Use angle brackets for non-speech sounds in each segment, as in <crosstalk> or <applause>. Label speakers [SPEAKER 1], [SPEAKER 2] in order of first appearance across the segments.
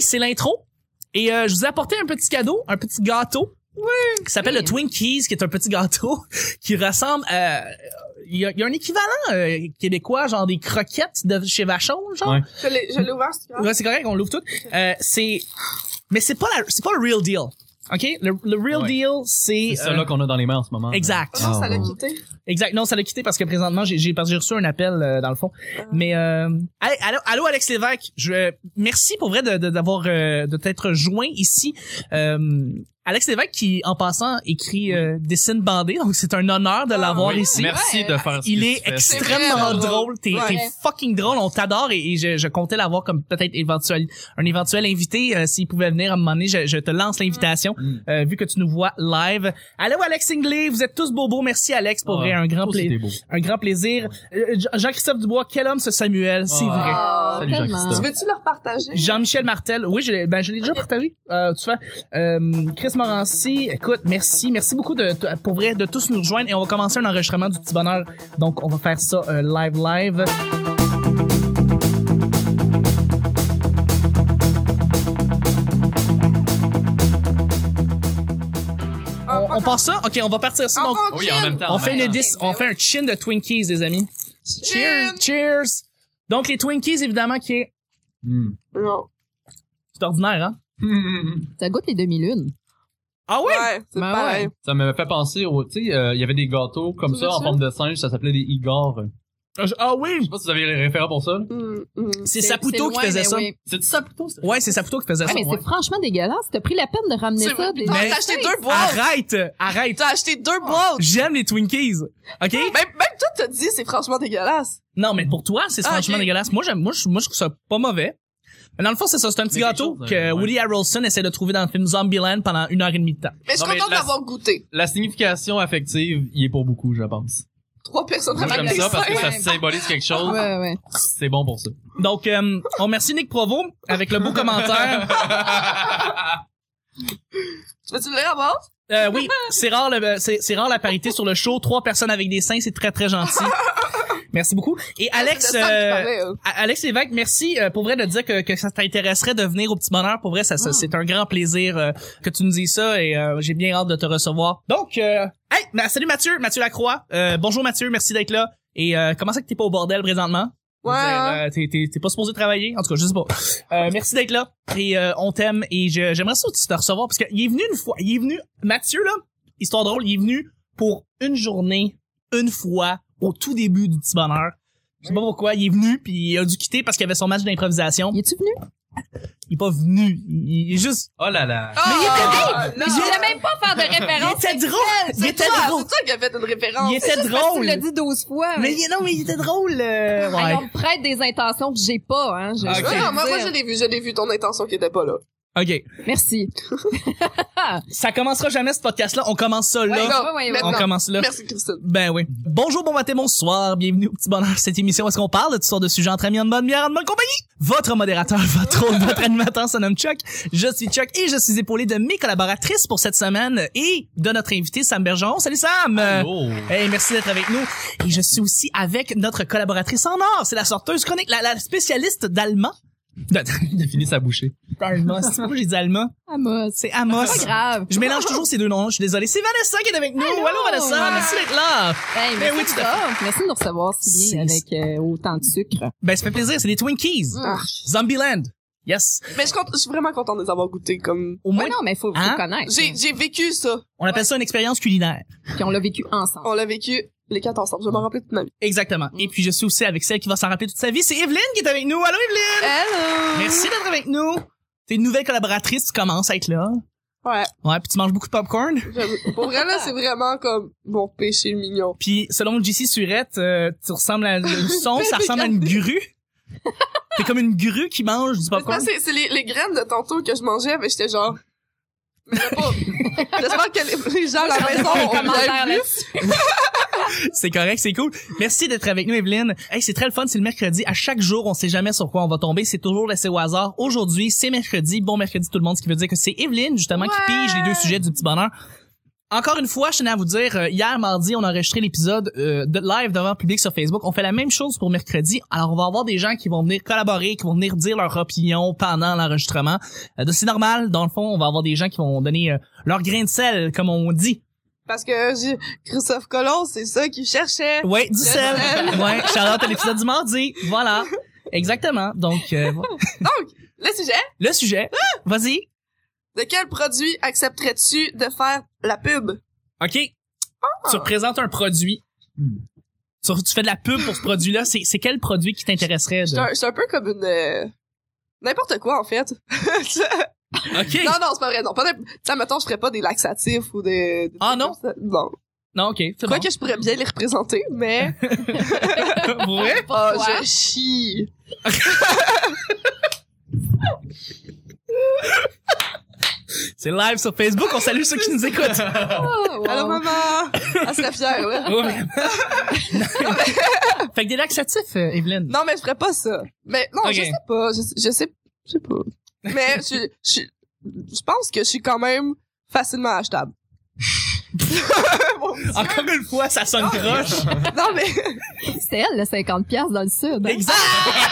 [SPEAKER 1] c'est l'intro. Et euh, je vous ai apporté un petit cadeau, un petit gâteau. Oui. Qui s'appelle le Twinkies, qui est un petit gâteau <laughs> qui ressemble à... Il y, a, il y a un équivalent euh, québécois, genre des croquettes de chez Vachon, genre.
[SPEAKER 2] Ouais.
[SPEAKER 3] Je l'ai je l'ai ouvert, c'est grave.
[SPEAKER 1] Ouais, c'est correct, on l'ouvre tout. Euh, c'est... Mais c'est pas, la- c'est pas le real deal. OK? Le, le real
[SPEAKER 2] Ouais.
[SPEAKER 1] deal, c'est...
[SPEAKER 2] C'est celle-là
[SPEAKER 1] euh,
[SPEAKER 2] qu'on a dans les mains en ce moment.
[SPEAKER 1] exact.
[SPEAKER 3] Comment ça l'a
[SPEAKER 2] Ah.
[SPEAKER 3] quitté?
[SPEAKER 1] Exact. Non, ça l'a quitté parce que présentement, j'ai, j'ai, parce que j'ai reçu un appel, euh, dans le fond.
[SPEAKER 3] Ah.
[SPEAKER 1] Mais, euh, allez, allô, allô, Alex Lévesque. Je, euh, merci pour vrai de, de- d'avoir, euh, de t'être joint ici. Euh, Alex Lévesque qui, en passant, écrit, euh, dessine bandé. Donc, c'est un honneur de
[SPEAKER 3] Ah,
[SPEAKER 1] l'avoir
[SPEAKER 3] oui.
[SPEAKER 1] ici.
[SPEAKER 2] Merci
[SPEAKER 3] Ouais.
[SPEAKER 2] de faire ce
[SPEAKER 1] Il
[SPEAKER 2] que
[SPEAKER 1] est
[SPEAKER 2] tu fais.
[SPEAKER 1] extrêmement
[SPEAKER 3] C'est vraiment
[SPEAKER 1] drôle. T'es,
[SPEAKER 3] Ouais.
[SPEAKER 1] t'es fucking drôle. On t'adore et, et je, je comptais l'avoir comme peut-être éventuel, un éventuel invité. euh, s'il pouvait venir à un moment donné, je, je te lance l'invitation
[SPEAKER 2] Mm.
[SPEAKER 1] euh, vu que tu nous vois live. Allô Alex Inglé, vous êtes tous beaux beaux. Merci Alex pour
[SPEAKER 2] Ah,
[SPEAKER 1] vrai, un grand,
[SPEAKER 2] toi aussi,
[SPEAKER 1] pla-
[SPEAKER 2] t'es beau.
[SPEAKER 1] un grand plaisir. Euh, Jean- Jean-Christophe Dubois, quel homme ce Samuel, c'est
[SPEAKER 2] Ah.
[SPEAKER 1] vrai.
[SPEAKER 3] Ah,
[SPEAKER 2] Salut
[SPEAKER 3] Tu
[SPEAKER 2] Jean-Christophe.
[SPEAKER 3] veux-tu le repartager?
[SPEAKER 1] Jean-Michel Martel, oui, je l'ai, ben, je l'ai déjà partagé. Euh, tu vois, euh, Chris Morancy, écoute, merci, merci beaucoup de, de- pour vrai de tous nous rejoindre et on va commencer un enregistrement du petit bonheur. Donc, on va faire ça euh, live, live.
[SPEAKER 3] Ah,
[SPEAKER 1] On,
[SPEAKER 3] pas
[SPEAKER 1] on part ça, ok, on va partir ça.
[SPEAKER 3] Ah,
[SPEAKER 1] Donc,
[SPEAKER 3] pas
[SPEAKER 2] Oui,
[SPEAKER 3] Kim.
[SPEAKER 2] en même temps.
[SPEAKER 1] on fait une dis- on fait un chin de Twinkies, les amis. Cheers, cheers. Donc les Twinkies, évidemment, qui est
[SPEAKER 2] Mm.
[SPEAKER 3] Non.
[SPEAKER 1] c'est ordinaire, hein.
[SPEAKER 4] Ça goûte les demi-lunes.
[SPEAKER 1] Ah oui.
[SPEAKER 3] Ouais, c'est
[SPEAKER 4] Ben
[SPEAKER 3] pareil.
[SPEAKER 2] Ça me fait penser au, tu sais, euh, il y avait des gâteaux comme
[SPEAKER 3] Tu
[SPEAKER 2] ça
[SPEAKER 3] veux
[SPEAKER 2] en
[SPEAKER 3] ça?
[SPEAKER 2] forme de singe, ça s'appelait des igors. Je
[SPEAKER 1] Ah, je- Ah oui.
[SPEAKER 2] sais pas si vous avez les référents pour ça. là.
[SPEAKER 3] Hum, hum.
[SPEAKER 1] C'est Saputo qui faisait ça.
[SPEAKER 4] Oui,
[SPEAKER 2] C'est ça plutôt ça?
[SPEAKER 1] Ouais, c'est Saputo qui faisait
[SPEAKER 4] Ouais,
[SPEAKER 1] ça.
[SPEAKER 4] mais
[SPEAKER 1] ouais.
[SPEAKER 4] c'est franchement dégueulasse. T'as pris la peine de ramener
[SPEAKER 3] C'est
[SPEAKER 4] ça.
[SPEAKER 3] vrai.
[SPEAKER 4] de les-
[SPEAKER 3] Ah,
[SPEAKER 1] Mais-
[SPEAKER 3] T'as acheté deux boîtes!
[SPEAKER 1] Arrête, euh, arrête.
[SPEAKER 3] T'as acheté deux
[SPEAKER 2] Ah.
[SPEAKER 3] boîtes!
[SPEAKER 1] J'aime les Twinkies. OK
[SPEAKER 4] Ah,
[SPEAKER 3] Même, même toi, t'as dit, c'est franchement dégueulasse.
[SPEAKER 1] Non, mais pour toi, c'est
[SPEAKER 3] Ah,
[SPEAKER 1] franchement
[SPEAKER 3] ok.
[SPEAKER 1] dégueulasse. Moi, j'aime moi je moi, je trouve ça pas mauvais. Mais dans le fond, c'est ça, c'est un petit
[SPEAKER 2] Mais quelque
[SPEAKER 1] gâteau
[SPEAKER 2] chose,
[SPEAKER 1] que
[SPEAKER 2] euh, ouais.
[SPEAKER 1] Woody Harrelson essaie de trouver dans le film Zombieland pendant une heure et demie de temps.
[SPEAKER 3] Mais je suis
[SPEAKER 2] Non, mais
[SPEAKER 3] contente
[SPEAKER 2] la-
[SPEAKER 3] d'avoir goûté.
[SPEAKER 2] La signification affective, il est pour beaucoup, je pense.
[SPEAKER 3] Trois personnes
[SPEAKER 2] Moi, j'aime
[SPEAKER 3] avec
[SPEAKER 2] ça
[SPEAKER 3] des
[SPEAKER 2] parce que ça
[SPEAKER 3] seins.
[SPEAKER 4] Ouais.
[SPEAKER 2] symbolise quelque chose.
[SPEAKER 4] Ouais, ouais.
[SPEAKER 2] C'est bon pour ça.
[SPEAKER 1] Donc euh, on remercie Nick Provo avec le beau commentaire.
[SPEAKER 3] Tu veux-tu le lire à bord?
[SPEAKER 1] Euh, oui, c'est rare, le- euh, c'est c'est rare la parité sur le show. Trois personnes avec des seins, c'est très très gentil. Merci beaucoup. Et Alex,
[SPEAKER 3] C'est de ça que tu
[SPEAKER 1] euh,
[SPEAKER 3] parlais, hein.
[SPEAKER 1] A- Alex Lévesque, merci euh, pour vrai de dire que, que ça t'intéresserait de venir au Petit Bonheur. Pour vrai, ça, ça-
[SPEAKER 4] Ah.
[SPEAKER 1] c'est un grand plaisir euh, que tu nous dis ça et euh, j'ai bien hâte de te recevoir. Donc, euh, hey, ma- salut Mathieu, Mathieu Lacroix. Euh, bonjour Mathieu, merci d'être là. Et euh, comment ça que t'es pas au bordel présentement?
[SPEAKER 3] Ouais,
[SPEAKER 1] Je veux dire,
[SPEAKER 3] hein.
[SPEAKER 1] euh, t'es- t'es- T'es pas supposé travailler, en tout cas, je sais pas. Euh, merci d'être là et euh, on t'aime et je- j'aimerais ça aussi te recevoir parce qu'il est venu une fois, il est venu, Mathieu là, histoire drôle, il est venu pour une journée, une fois, au tout début du Petit Bonheur. Je sais pas pourquoi, il est venu puis il a dû quitter parce qu'il avait son match d'improvisation.
[SPEAKER 4] Y es-tu venu?
[SPEAKER 1] Il est pas venu, il il est juste...
[SPEAKER 2] Oh là là.
[SPEAKER 3] Ah,
[SPEAKER 1] il était-
[SPEAKER 3] non.
[SPEAKER 1] Mais je voulais
[SPEAKER 4] même pas faire de
[SPEAKER 1] <laughs> Il était drôle! Il
[SPEAKER 3] C'est
[SPEAKER 1] était
[SPEAKER 3] toi,
[SPEAKER 1] drôle!
[SPEAKER 3] C'est toi qui as fait une référence.
[SPEAKER 1] Il était drôle!
[SPEAKER 4] Tu l'as dit 12 fois.
[SPEAKER 1] Mais il- non, mais il était drôle! euh,
[SPEAKER 4] Ah,
[SPEAKER 1] ouais.
[SPEAKER 4] on me prête des intentions que j'ai pas, hein. je-
[SPEAKER 2] Ah,
[SPEAKER 4] je
[SPEAKER 2] ok.
[SPEAKER 4] veux
[SPEAKER 3] Ouais, non,
[SPEAKER 4] le
[SPEAKER 3] moi, moi,
[SPEAKER 4] dire.
[SPEAKER 3] je l'ai vu, je l'ai vu, ton intention qui était pas là.
[SPEAKER 1] Ok.
[SPEAKER 4] Merci.
[SPEAKER 1] Ça commencera jamais ce podcast-là, on commence ça là.
[SPEAKER 4] Ouais,
[SPEAKER 3] non,
[SPEAKER 4] ouais, ouais,
[SPEAKER 3] mais
[SPEAKER 4] ouais.
[SPEAKER 1] on
[SPEAKER 3] non.
[SPEAKER 1] commence là.
[SPEAKER 3] Merci, Christine.
[SPEAKER 1] Ben oui. Bonjour, bon matin, bonsoir. Bienvenue au petit bonheur. Cette émission, où est-ce qu'on parle de toutes sortes de sujets entre amis, en bonne bière, en bonne compagnie? Votre modérateur, <laughs> votre hôte, votre animateur se nomme Chuck. Je suis Chuck et je suis épaulé de mes collaboratrices pour cette semaine et de notre invité, Sam Bergeron. Salut Sam!
[SPEAKER 2] Oh.
[SPEAKER 1] Hey, merci d'être avec nous. Et je suis aussi avec notre collaboratrice en or. C'est la sorteuse chronique, la, la spécialiste d'allemand. De-
[SPEAKER 2] Il finit sa bouchée.
[SPEAKER 1] D'allemand, c'est pourquoi j'ai dit allemand.
[SPEAKER 4] Amos.
[SPEAKER 1] C'est Amos.
[SPEAKER 4] Pas grave.
[SPEAKER 1] Je mélange toujours ces deux noms. Je suis désolé. C'est Vanessa qui est avec nous. Allô,
[SPEAKER 4] Allô.
[SPEAKER 1] Vanessa. Merci d'être là.
[SPEAKER 4] Hey,
[SPEAKER 1] Mais
[SPEAKER 4] merci,
[SPEAKER 1] oui,
[SPEAKER 4] de
[SPEAKER 1] tout à
[SPEAKER 4] ça. merci de nous recevoir si bien avec
[SPEAKER 1] C'est-
[SPEAKER 4] euh, autant de sucre.
[SPEAKER 1] Ben, ça fait plaisir. C'est des Twinkies.
[SPEAKER 3] Ah.
[SPEAKER 1] Zombieland. Yes.
[SPEAKER 3] Mais je, compte- je suis vraiment contente de les avoir goûté, comme...
[SPEAKER 1] Au moins,
[SPEAKER 4] Ouais, non, mais faut, faut
[SPEAKER 1] Hein?
[SPEAKER 4] connaître.
[SPEAKER 3] J'ai, j'ai vécu ça.
[SPEAKER 1] on appelle ça une expérience culinaire.
[SPEAKER 4] Puis on l'a vécu ensemble.
[SPEAKER 3] On l'a vécu les quatre ensemble. Je vais m'en rappeler toute ma vie.
[SPEAKER 1] Exactement. Et puis, je suis aussi avec celle qui va s'en rappeler toute sa vie. C'est Evelyne qui est avec nous. Allô, Evelyne.
[SPEAKER 3] Hello!
[SPEAKER 1] Merci d'être avec nous. T'es une nouvelle collaboratrice. Tu commences à être là.
[SPEAKER 3] Ouais.
[SPEAKER 1] Ouais, puis tu manges beaucoup de popcorn.
[SPEAKER 3] j'avoue. Pour vrai, là, c'est vraiment comme mon péché mignon.
[SPEAKER 1] Puis, selon JC Surette, euh, tu ressembles à <laughs> le son, ça ressemble à une grue. T'es comme une grue qui mange du
[SPEAKER 3] Mais
[SPEAKER 1] popcorn.
[SPEAKER 3] C'est, c'est les, les graines de tantôt que je mangeais, mais j'étais genre... Mais j'ai <laughs> pas... J'espère que les, les gens à la maison
[SPEAKER 1] Oh,
[SPEAKER 4] Un
[SPEAKER 3] ont bien
[SPEAKER 4] commentaire
[SPEAKER 3] vu.
[SPEAKER 4] là-dessus.
[SPEAKER 1] <laughs> C'est correct, c'est cool. Merci d'être avec nous, Evelyne. Hey, c'est très le fun, c'est le mercredi. À chaque jour, on sait jamais sur quoi on va tomber. C'est toujours laissé au hasard. Aujourd'hui, c'est mercredi. Bon mercredi tout le monde, ce qui veut dire que c'est Evelyne, justement, qui
[SPEAKER 3] Ouais.
[SPEAKER 1] pige les deux sujets du petit bonheur. encore une fois, je tenais à vous dire, euh, hier mardi, on a enregistré l'épisode euh, de live devant le public sur Facebook. On fait la même chose pour mercredi. Alors, on va avoir des gens qui vont venir collaborer, qui vont venir dire leur opinion pendant l'enregistrement. Euh, donc, c'est normal. Dans le fond, on va avoir des gens qui vont donner euh, leur grain de sel, comme on dit.
[SPEAKER 3] Parce que j'ai- Christophe Colomb, c'est ça qu'il cherchait.
[SPEAKER 1] Ouais, du
[SPEAKER 3] Le
[SPEAKER 1] sel.
[SPEAKER 3] sel.
[SPEAKER 1] Ouais, Charlotte à l'épisode du mardi. Voilà. Exactement. Donc, euh, voilà.
[SPEAKER 3] Le sujet,
[SPEAKER 1] le sujet.
[SPEAKER 3] Ah!
[SPEAKER 1] Vas-y.
[SPEAKER 3] de quel produit accepterais-tu de faire la pub?
[SPEAKER 1] OK.
[SPEAKER 3] Ah!
[SPEAKER 1] Tu représentes un produit.
[SPEAKER 2] Hmm.
[SPEAKER 1] Tu, tu fais de la pub pour ce produit-là. C'est c'est quel produit qui t'intéresserait? de-
[SPEAKER 3] C'est un, c'est un peu comme une... euh, N'importe quoi, en fait.
[SPEAKER 1] OK.
[SPEAKER 3] non, non, c'est pas vrai. Non, pas n'importe- Tu sais, mettons, je ferais pas des laxatifs ou des... des
[SPEAKER 1] Ah,
[SPEAKER 3] trucs
[SPEAKER 1] non?
[SPEAKER 3] comme ça. Non.
[SPEAKER 1] Non, OK. C'est
[SPEAKER 3] Quoi
[SPEAKER 1] bon.
[SPEAKER 3] que je pourrais bien les représenter,
[SPEAKER 1] <laughs>
[SPEAKER 3] mais...
[SPEAKER 1] Pour vrai?
[SPEAKER 3] Oh,
[SPEAKER 4] Pourquoi?
[SPEAKER 3] je chie.
[SPEAKER 1] C'est live sur Facebook. On salue ceux qui nous écoutent. <laughs>
[SPEAKER 4] Oh, wow.
[SPEAKER 3] Allô, maman! Elle serait fière, ouais.
[SPEAKER 1] <laughs> fait que des laxatifs, euh, Evelyne.
[SPEAKER 3] Non, mais je ferais pas ça. Mais non,
[SPEAKER 1] Ok.
[SPEAKER 3] je sais pas. Je, je sais, je sais pas. Mais je, je, je pense que je suis quand même
[SPEAKER 1] <laughs>
[SPEAKER 3] facilement achetable. Mon Dieu.
[SPEAKER 1] Encore une fois, ça sonne
[SPEAKER 3] Ah!
[SPEAKER 1] croche.
[SPEAKER 3] non, mais
[SPEAKER 4] C'est elle, le 50$ piastres dans le sud. hein.
[SPEAKER 1] exact. Ben. <laughs>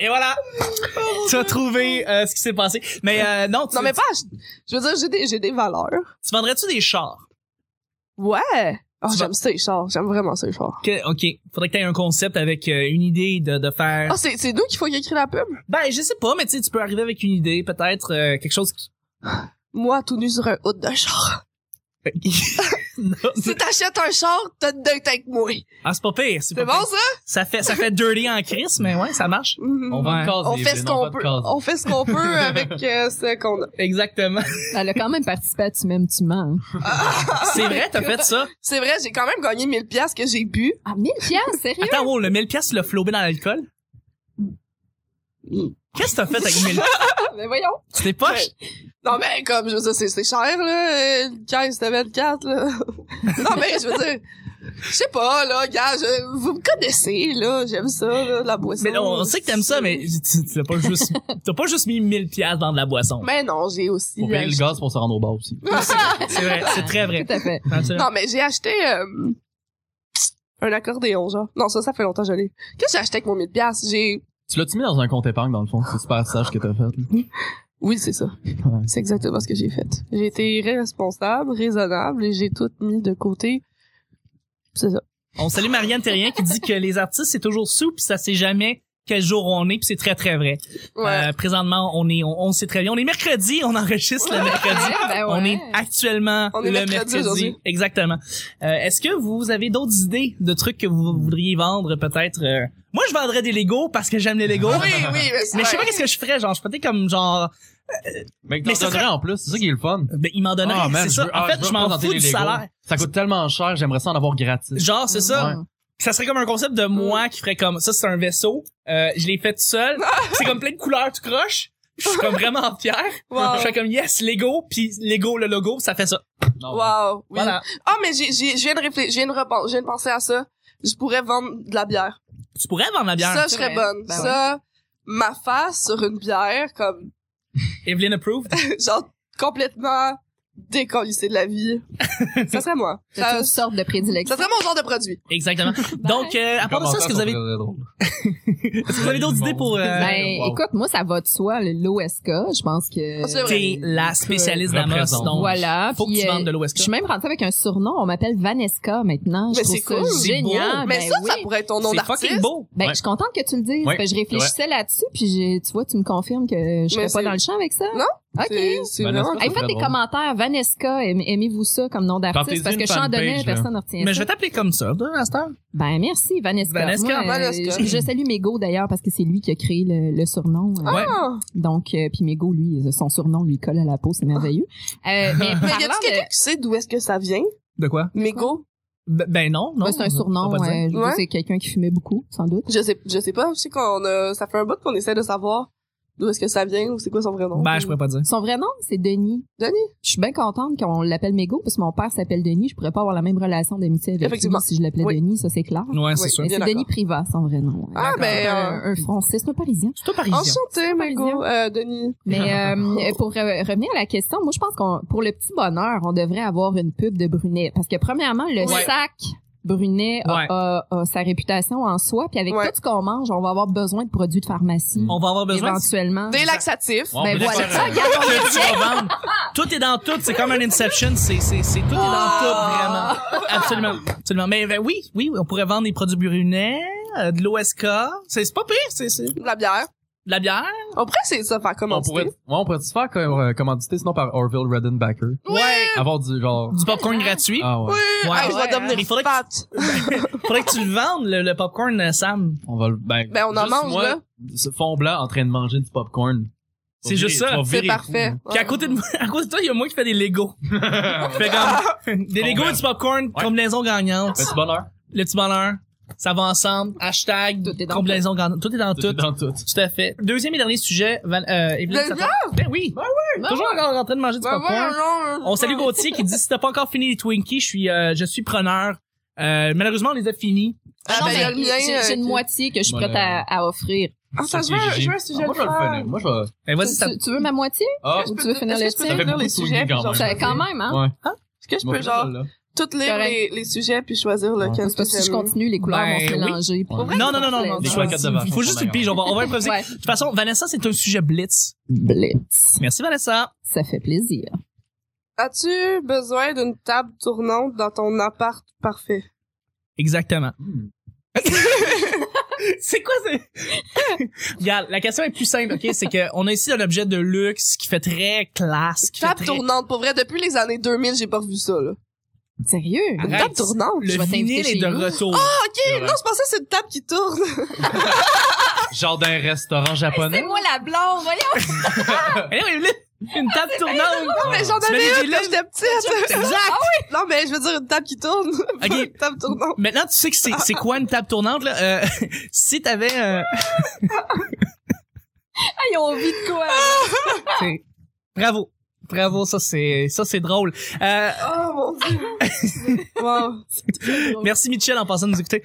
[SPEAKER 1] Et voilà. Tu as trouvé euh, ce qui s'est passé. Mais euh, non, tu,
[SPEAKER 3] non, mais pas. ach- Je veux dire, j'ai des, j'ai des valeurs.
[SPEAKER 1] tu vendrais-tu des chars?
[SPEAKER 3] Ouais.
[SPEAKER 1] Tu
[SPEAKER 3] Oh,
[SPEAKER 1] vas-
[SPEAKER 3] j'aime ça les chars. J'aime vraiment ça les chars.
[SPEAKER 1] Que- OK. Faudrait que tu aies un concept avec euh, une idée de, de faire...
[SPEAKER 3] Ah, c'est, c'est nous qu'il faut écrire la pub.
[SPEAKER 1] Ben, je sais pas, mais tu sais, tu peux arriver avec une idée, peut-être euh, quelque chose
[SPEAKER 3] <laughs>
[SPEAKER 1] qui...
[SPEAKER 3] Moi, tout nu sur un hood de char.
[SPEAKER 1] Non,
[SPEAKER 3] Si t'achètes un char, t'as de date avec moi.
[SPEAKER 1] ah, c'est pas pire. C'est
[SPEAKER 3] C'est
[SPEAKER 1] pas
[SPEAKER 3] bon
[SPEAKER 1] pire.
[SPEAKER 3] ça?
[SPEAKER 1] Ça fait, ça fait dirty en crise, mais ouais, ça marche.
[SPEAKER 3] Mhm.
[SPEAKER 2] On
[SPEAKER 1] va
[SPEAKER 2] va
[SPEAKER 1] te
[SPEAKER 2] de
[SPEAKER 3] On fait ce qu'on peut. On fait ce qu'on peut avec euh, ce qu'on a.
[SPEAKER 1] Exactement.
[SPEAKER 4] Elle a quand même participé à Tu m'aimes, tu mens.
[SPEAKER 1] C'est vrai, t'as fait
[SPEAKER 3] <laughs>
[SPEAKER 1] ça.
[SPEAKER 3] C'est vrai, j'ai quand même gagné 1000 pièces que j'ai bu.
[SPEAKER 4] Ah, 1000 piastres, sérieux?
[SPEAKER 1] Attends, wow, le 1000 pièces tu l'as flobé dans l'alcool? Qu'est-ce que t'as fait avec 1000 pièces?
[SPEAKER 4] Mais voyons.
[SPEAKER 1] C'était
[SPEAKER 3] Ben,
[SPEAKER 1] poche?
[SPEAKER 3] Ah, Non, mais comme, je veux dire, c'est- c'est cher, là, euh, une caisse de 24, là. <laughs> non, mais je veux dire, je sais pas, là, gars, je- vous me connaissez, là, j'aime ça, là, la boisson.
[SPEAKER 1] Mais non, on sait que t'aimes ça, mais tu tu l'as pas juste, <laughs> t'as pas juste mis 1000 pièces dans de la boisson.
[SPEAKER 3] Mais non, j'ai aussi...
[SPEAKER 2] Pour payer le
[SPEAKER 3] ach-
[SPEAKER 2] gaz pour se rendre au bar aussi.
[SPEAKER 1] C'est vrai, c'est très <laughs> vrai.
[SPEAKER 4] Tout à fait.
[SPEAKER 1] Absolument.
[SPEAKER 3] Non, mais j'ai acheté euh, un accordéon, genre. Non, ça, ça fait longtemps que je l'ai. Qu'est-ce que j'ai acheté avec mon 1000 pièces? J'ai...
[SPEAKER 2] Tu l'as-tu mis dans un compte épargne, dans le fond? C'est super sage que t'as fait. là.
[SPEAKER 3] Oui, c'est ça.
[SPEAKER 2] Ouais.
[SPEAKER 3] C'est exactement ce que j'ai fait. J'ai été responsable, raisonnable, et j'ai tout mis de côté. C'est ça.
[SPEAKER 1] On salue Marianne Terrien qui dit que les artistes, c'est toujours sous puis ça sait jamais quel jour on est puis c'est très très vrai.
[SPEAKER 3] Ouais.
[SPEAKER 1] Euh, présentement, on est, on, on sait très bien. On est mercredi, on enregistre le mercredi.
[SPEAKER 4] Ouais, ben ouais.
[SPEAKER 1] On est actuellement
[SPEAKER 3] On est
[SPEAKER 1] le
[SPEAKER 3] mercredi
[SPEAKER 1] mercredi.
[SPEAKER 3] aujourd'hui.
[SPEAKER 1] Exactement. Euh, Est-ce que vous avez d'autres idées de trucs que vous voudriez vendre peut-être euh? Moi, je vendrais des Lego parce que j'aime les Lego.
[SPEAKER 3] Ah Oui, oui, mais c'est
[SPEAKER 1] Mais je sais
[SPEAKER 3] vrai.
[SPEAKER 1] pas qu'est-ce que je ferais, genre, je ferais comme genre, Mais
[SPEAKER 2] Mais que
[SPEAKER 1] ça
[SPEAKER 2] t'en donnerais en plus, c'est ça qui est le fun.
[SPEAKER 1] ben, il m'en donnerait,
[SPEAKER 2] Ah, man,
[SPEAKER 1] c'est ça.
[SPEAKER 2] veux-
[SPEAKER 1] en
[SPEAKER 2] ah,
[SPEAKER 1] fait,
[SPEAKER 2] veux
[SPEAKER 1] je m'en
[SPEAKER 2] représenter
[SPEAKER 1] fous
[SPEAKER 2] les
[SPEAKER 1] du
[SPEAKER 2] Legos.
[SPEAKER 1] salaire.
[SPEAKER 2] Ça coûte tellement cher, j'aimerais ça en avoir gratis.
[SPEAKER 1] Genre, c'est ça.
[SPEAKER 2] Ouais.
[SPEAKER 1] Ça serait comme un concept de moi qui ferait comme, ça c'est un vaisseau, euh, je l'ai fait tout seul, c'est comme plein de couleurs, tu croches. Je suis comme vraiment fier.
[SPEAKER 3] Wow.
[SPEAKER 1] Je fais comme yes, Lego, puis Lego, le logo, ça fait ça.
[SPEAKER 2] Non,
[SPEAKER 3] Wow. oui.
[SPEAKER 1] Voilà.
[SPEAKER 3] Ah, mais j'ai, j'ai, je viens de réfléchir, je viens de repen- je viens de penser à ça. Je pourrais vendre de la bière.
[SPEAKER 1] Tu pourrais vendre la bière.
[SPEAKER 3] ça,
[SPEAKER 1] Ça,
[SPEAKER 3] je
[SPEAKER 4] c'est
[SPEAKER 3] serais
[SPEAKER 4] vrai.
[SPEAKER 3] bonne.
[SPEAKER 4] Ben
[SPEAKER 3] ça, ma face sur une bière, comme, <laughs>
[SPEAKER 1] Evelyn approved.
[SPEAKER 3] genre, complètement décollissée de
[SPEAKER 1] <laughs>
[SPEAKER 3] la vie. ça serait moi.
[SPEAKER 4] T'as
[SPEAKER 3] Ça,
[SPEAKER 4] une sorte de
[SPEAKER 3] ça
[SPEAKER 4] prédilection.
[SPEAKER 3] serait mon genre de produit.
[SPEAKER 1] Exactement. Donc, euh, à part de ça, est-ce que vous avez, <laughs> est-ce que vous avez d'autres idées pour, euh,
[SPEAKER 4] Ben,
[SPEAKER 2] wow.
[SPEAKER 4] écoute, moi, ça va de soi, le l'OSK. Je pense que...
[SPEAKER 3] Ah, c'est vrai.
[SPEAKER 1] t'es la spécialiste
[SPEAKER 2] Que-
[SPEAKER 1] d'Amos,
[SPEAKER 2] représente.
[SPEAKER 1] donc.
[SPEAKER 4] Voilà.
[SPEAKER 1] Faut que
[SPEAKER 4] puis,
[SPEAKER 1] tu
[SPEAKER 4] euh,
[SPEAKER 1] vendes de l'OSK.
[SPEAKER 4] Je suis même rentrée avec un surnom. On m'appelle Vanesca maintenant. Je
[SPEAKER 3] Mais
[SPEAKER 4] trouve
[SPEAKER 3] c'est
[SPEAKER 4] ça
[SPEAKER 3] cool, c'est
[SPEAKER 4] génial.
[SPEAKER 3] mais
[SPEAKER 4] Ben
[SPEAKER 3] ça,
[SPEAKER 4] oui.
[SPEAKER 3] ça pourrait être ton nom
[SPEAKER 1] C'est
[SPEAKER 3] d'artiste.
[SPEAKER 1] fucking beau.
[SPEAKER 4] Ben,
[SPEAKER 2] Ouais.
[SPEAKER 4] je suis contente que tu le dises.
[SPEAKER 2] Ouais,
[SPEAKER 4] Ben, je réfléchissais là-dessus, puis j'ai- tu vois, tu me confirmes que je serais
[SPEAKER 3] c'est-
[SPEAKER 4] pas dans le champ avec ça.
[SPEAKER 3] Non.
[SPEAKER 4] OK.
[SPEAKER 3] C'est, c'est
[SPEAKER 2] Ben,
[SPEAKER 3] vraiment.
[SPEAKER 2] n'est-ce pas?
[SPEAKER 4] Hey, faites
[SPEAKER 2] très
[SPEAKER 4] des
[SPEAKER 2] drôle.
[SPEAKER 4] commentaires. Vanesca, aim- aimez-vous ça comme nom
[SPEAKER 2] Tentez-y
[SPEAKER 4] d'artiste? Parce que
[SPEAKER 2] une
[SPEAKER 4] je suis en donnais,
[SPEAKER 2] fanpage, là.
[SPEAKER 4] personne ne retient
[SPEAKER 1] Mais je
[SPEAKER 4] ça.
[SPEAKER 1] vais t'appeler comme ça, de, à cette heure.
[SPEAKER 4] Ben, merci, Vanesca.
[SPEAKER 1] Vanesca,
[SPEAKER 4] Moi, euh,
[SPEAKER 3] Vanesca.
[SPEAKER 4] je, je salue Mégo, d'ailleurs, parce que c'est lui qui a créé le, le surnom. euh,
[SPEAKER 1] Ouais.
[SPEAKER 3] Ah.
[SPEAKER 4] Donc, euh, puis Mégo, lui, son surnom lui colle à la peau, c'est merveilleux.
[SPEAKER 1] Ah.
[SPEAKER 4] Euh,
[SPEAKER 1] <laughs>
[SPEAKER 4] mais
[SPEAKER 3] Mais
[SPEAKER 4] parlant
[SPEAKER 3] y a-tu
[SPEAKER 4] de-
[SPEAKER 3] quelqu'un qui sait d'où est-ce que ça vient?
[SPEAKER 1] De quoi?
[SPEAKER 3] Mégo?
[SPEAKER 1] Ben, ben non, non.
[SPEAKER 4] Ben, c'est un surnom.
[SPEAKER 1] on va pas le dire.
[SPEAKER 4] euh, je veux dire,
[SPEAKER 3] Ouais.
[SPEAKER 4] c'est quelqu'un qui fumait beaucoup, sans doute.
[SPEAKER 3] Je sais, je sais pas. Je sais qu'on a, ça fait un bout qu'on essaie de savoir D'où est-ce que ça vient ou c'est quoi son vrai nom?
[SPEAKER 1] Ben, je pourrais pas dire.
[SPEAKER 4] Son vrai nom, c'est Denis.
[SPEAKER 3] Denis?
[SPEAKER 4] Je suis bien contente qu'on l'appelle Mégo, parce que mon père s'appelle Denis. Je pourrais pas avoir la même relation d'amitié avec lui
[SPEAKER 3] Effectivement.
[SPEAKER 4] si je l'appelais
[SPEAKER 3] Oui.
[SPEAKER 4] Denis, ça c'est clair.
[SPEAKER 1] Ouais, c'est
[SPEAKER 3] Oui.
[SPEAKER 1] sûr.
[SPEAKER 4] Mais
[SPEAKER 3] bien
[SPEAKER 4] c'est
[SPEAKER 3] d'accord.
[SPEAKER 4] Denis Privat, son vrai nom.
[SPEAKER 3] Ah,
[SPEAKER 4] D'accord.
[SPEAKER 3] ben,
[SPEAKER 4] un, un Français, c'est un Parisien.
[SPEAKER 1] C'est pas parisien.
[SPEAKER 3] Enchanté, Margot. Euh, Denis.
[SPEAKER 4] Mais euh, pour euh, revenir à la question, moi je pense qu'on pour le petit bonheur, on devrait avoir une pub de Brunet parce que premièrement le
[SPEAKER 1] Ouais.
[SPEAKER 4] sac Brunet a,
[SPEAKER 1] Ouais.
[SPEAKER 4] a- a sa réputation en soi, puis avec
[SPEAKER 3] Ouais.
[SPEAKER 4] tout ce qu'on mange, on va avoir besoin de produits de pharmacie
[SPEAKER 1] On va avoir besoin. de-
[SPEAKER 4] éventuellement.
[SPEAKER 3] Des laxatifs.
[SPEAKER 1] Ouais, on
[SPEAKER 4] Ben
[SPEAKER 1] peut
[SPEAKER 4] voilà.
[SPEAKER 1] faire, euh, que tu vas vendre. Tout est dans tout. C'est comme un Inception. C'est, c'est, c'est, tout est dans
[SPEAKER 3] Ah.
[SPEAKER 1] tout, vraiment. Absolument. Absolument. Mais, ben oui, oui, on pourrait vendre des produits brunets, euh, de l'OSK. C'est, c'est pas pire. C'est, c'est de
[SPEAKER 3] De la bière.
[SPEAKER 1] la bière.
[SPEAKER 3] On pourrait essayer de se faire
[SPEAKER 2] euh, On
[SPEAKER 3] commenter.
[SPEAKER 2] pourrait, ouais, on pourrait se faire comme, euh, commanditer sinon par Orville Redenbacher.
[SPEAKER 3] Ouais.
[SPEAKER 2] Avoir du genre.
[SPEAKER 1] Du popcorn gratuit.
[SPEAKER 2] Ah ouais.
[SPEAKER 3] Oui. Ah, je
[SPEAKER 1] ouais,
[SPEAKER 3] vais devenir
[SPEAKER 1] Il faudrait que-
[SPEAKER 3] fat.
[SPEAKER 1] Faudrait que tu le vendes, le, le popcorn, euh, Sam.
[SPEAKER 2] On va le, ben.
[SPEAKER 3] Ben, on en
[SPEAKER 2] juste
[SPEAKER 3] mange,
[SPEAKER 2] moi,
[SPEAKER 3] là.
[SPEAKER 2] Ce fond blanc en train de manger du popcorn.
[SPEAKER 1] C'est juste ça.
[SPEAKER 3] C'est parfait.
[SPEAKER 1] Puis à côté de moi, à côté de toi, il y a moi qui fais des
[SPEAKER 2] <laughs>
[SPEAKER 1] Legos. Fait
[SPEAKER 4] <laughs>
[SPEAKER 1] comme, des Legos et du popcorn,
[SPEAKER 2] Ouais.
[SPEAKER 1] combinaison gagnante.
[SPEAKER 2] C'est Ben, bonheur.
[SPEAKER 1] Le petit bonheur. Ça va ensemble. Hashtag,
[SPEAKER 4] Tout est dans
[SPEAKER 1] combinaison gagnante. Tout est dans
[SPEAKER 2] Tout.
[SPEAKER 1] tout.
[SPEAKER 2] Dans tout.
[SPEAKER 1] Tout à fait. Deuxième et dernier sujet, Van, euh, Evelyne,
[SPEAKER 3] Le
[SPEAKER 1] ça te- Ben oui. Toujours encore en train de manger du
[SPEAKER 3] Ben,
[SPEAKER 1] popcorn.
[SPEAKER 3] voyons, non.
[SPEAKER 1] On salue Gauthier qui dit si t'as pas encore fini les Twinkies, je suis, euh, je suis preneur. Euh, malheureusement, on les a finis.
[SPEAKER 3] Ah,
[SPEAKER 4] Non,
[SPEAKER 3] ben, il y a
[SPEAKER 4] mais
[SPEAKER 3] le mien,
[SPEAKER 4] j'ai- j'ai une
[SPEAKER 3] euh,
[SPEAKER 4] moitié que je suis prête à, à offrir.
[SPEAKER 3] Ah, ça, je veux, je veux un sujet
[SPEAKER 2] Ah, Moi, je vais le
[SPEAKER 3] fun.
[SPEAKER 2] finir. Moi, je vais.
[SPEAKER 1] Ben vas-y,
[SPEAKER 4] Tu-
[SPEAKER 1] ça.
[SPEAKER 4] tu, tu veux ma moitié
[SPEAKER 2] Ah,
[SPEAKER 3] Est-ce que
[SPEAKER 4] Tu veux
[SPEAKER 3] je peux-
[SPEAKER 4] finir
[SPEAKER 3] est-ce
[SPEAKER 4] le
[SPEAKER 3] que je peux
[SPEAKER 4] tien?
[SPEAKER 3] tenir les
[SPEAKER 2] Ça fait beaucoup de
[SPEAKER 3] sujets,
[SPEAKER 2] swinging
[SPEAKER 3] puis genre,
[SPEAKER 2] quand
[SPEAKER 4] Ça-
[SPEAKER 2] même.
[SPEAKER 3] est-ce
[SPEAKER 4] Quand même, hein.
[SPEAKER 2] ouais.
[SPEAKER 3] que je
[SPEAKER 2] Moi,
[SPEAKER 3] peux,
[SPEAKER 2] je
[SPEAKER 3] genre,
[SPEAKER 2] vais le-
[SPEAKER 3] toutes lire
[SPEAKER 4] Correct.
[SPEAKER 3] les, les sujets puis choisir lequel
[SPEAKER 4] Parce que si je continue, les couleurs
[SPEAKER 1] Ben
[SPEAKER 4] vont se
[SPEAKER 1] oui.
[SPEAKER 4] mélanger. puis-
[SPEAKER 2] Ouais.
[SPEAKER 1] Non, non, non, non, non.
[SPEAKER 2] Des choix à quatre devants.
[SPEAKER 1] Il faut juste une pige. On va, on va improviser.
[SPEAKER 4] Ouais.
[SPEAKER 1] De toute façon, Vanessa, c'est un sujet blitz.
[SPEAKER 4] Blitz.
[SPEAKER 1] Merci, Vanessa.
[SPEAKER 4] Ça fait plaisir.
[SPEAKER 3] As-tu besoin d'une table tournante dans ton appart parfait?
[SPEAKER 1] Exactement.
[SPEAKER 2] Hmm.
[SPEAKER 1] c'est quoi c'est <laughs> Regarde, la question est plus simple, ok C'est que on a ici un objet de luxe qui fait très classe, qui fait
[SPEAKER 3] Table
[SPEAKER 1] très
[SPEAKER 3] tournante, pour vrai, depuis les années 2000, j'ai pas revu ça, là.
[SPEAKER 4] Sérieux?
[SPEAKER 3] Une
[SPEAKER 1] Arrête.
[SPEAKER 3] table tournante?
[SPEAKER 1] le
[SPEAKER 4] Je vais t'inviter
[SPEAKER 1] vinyle est
[SPEAKER 4] chez
[SPEAKER 1] de
[SPEAKER 4] nous.
[SPEAKER 1] retour.
[SPEAKER 3] Ah, ok! Non, je pensais que c'est une table qui tourne.
[SPEAKER 1] Ah,
[SPEAKER 2] Genre d'un restaurant
[SPEAKER 4] C'est
[SPEAKER 2] japonais.
[SPEAKER 4] moi la blonde, voyons!
[SPEAKER 1] Eh oui, Evelyne, une table tournante.
[SPEAKER 3] Non, mais j'en
[SPEAKER 1] Tu l'avais
[SPEAKER 3] avais
[SPEAKER 1] dit
[SPEAKER 3] une
[SPEAKER 1] là?
[SPEAKER 3] quand j'étais petite. Ah
[SPEAKER 1] Exact. Ah
[SPEAKER 3] Non, mais je veux dire une table qui tourne. pas
[SPEAKER 1] Ok.
[SPEAKER 3] Une table tournante.
[SPEAKER 1] Maintenant, tu sais que c'est, c'est quoi une table tournante, là? Euh, <laughs> si t'avais, euh,
[SPEAKER 4] Ils ont envie de <laughs> quoi?
[SPEAKER 1] c'est- bravo. Bravo, ça c'est, ça c'est drôle. Euh,
[SPEAKER 3] Oh, mon dieu. <laughs> wow.
[SPEAKER 1] merci Michel en passant de nous écouter.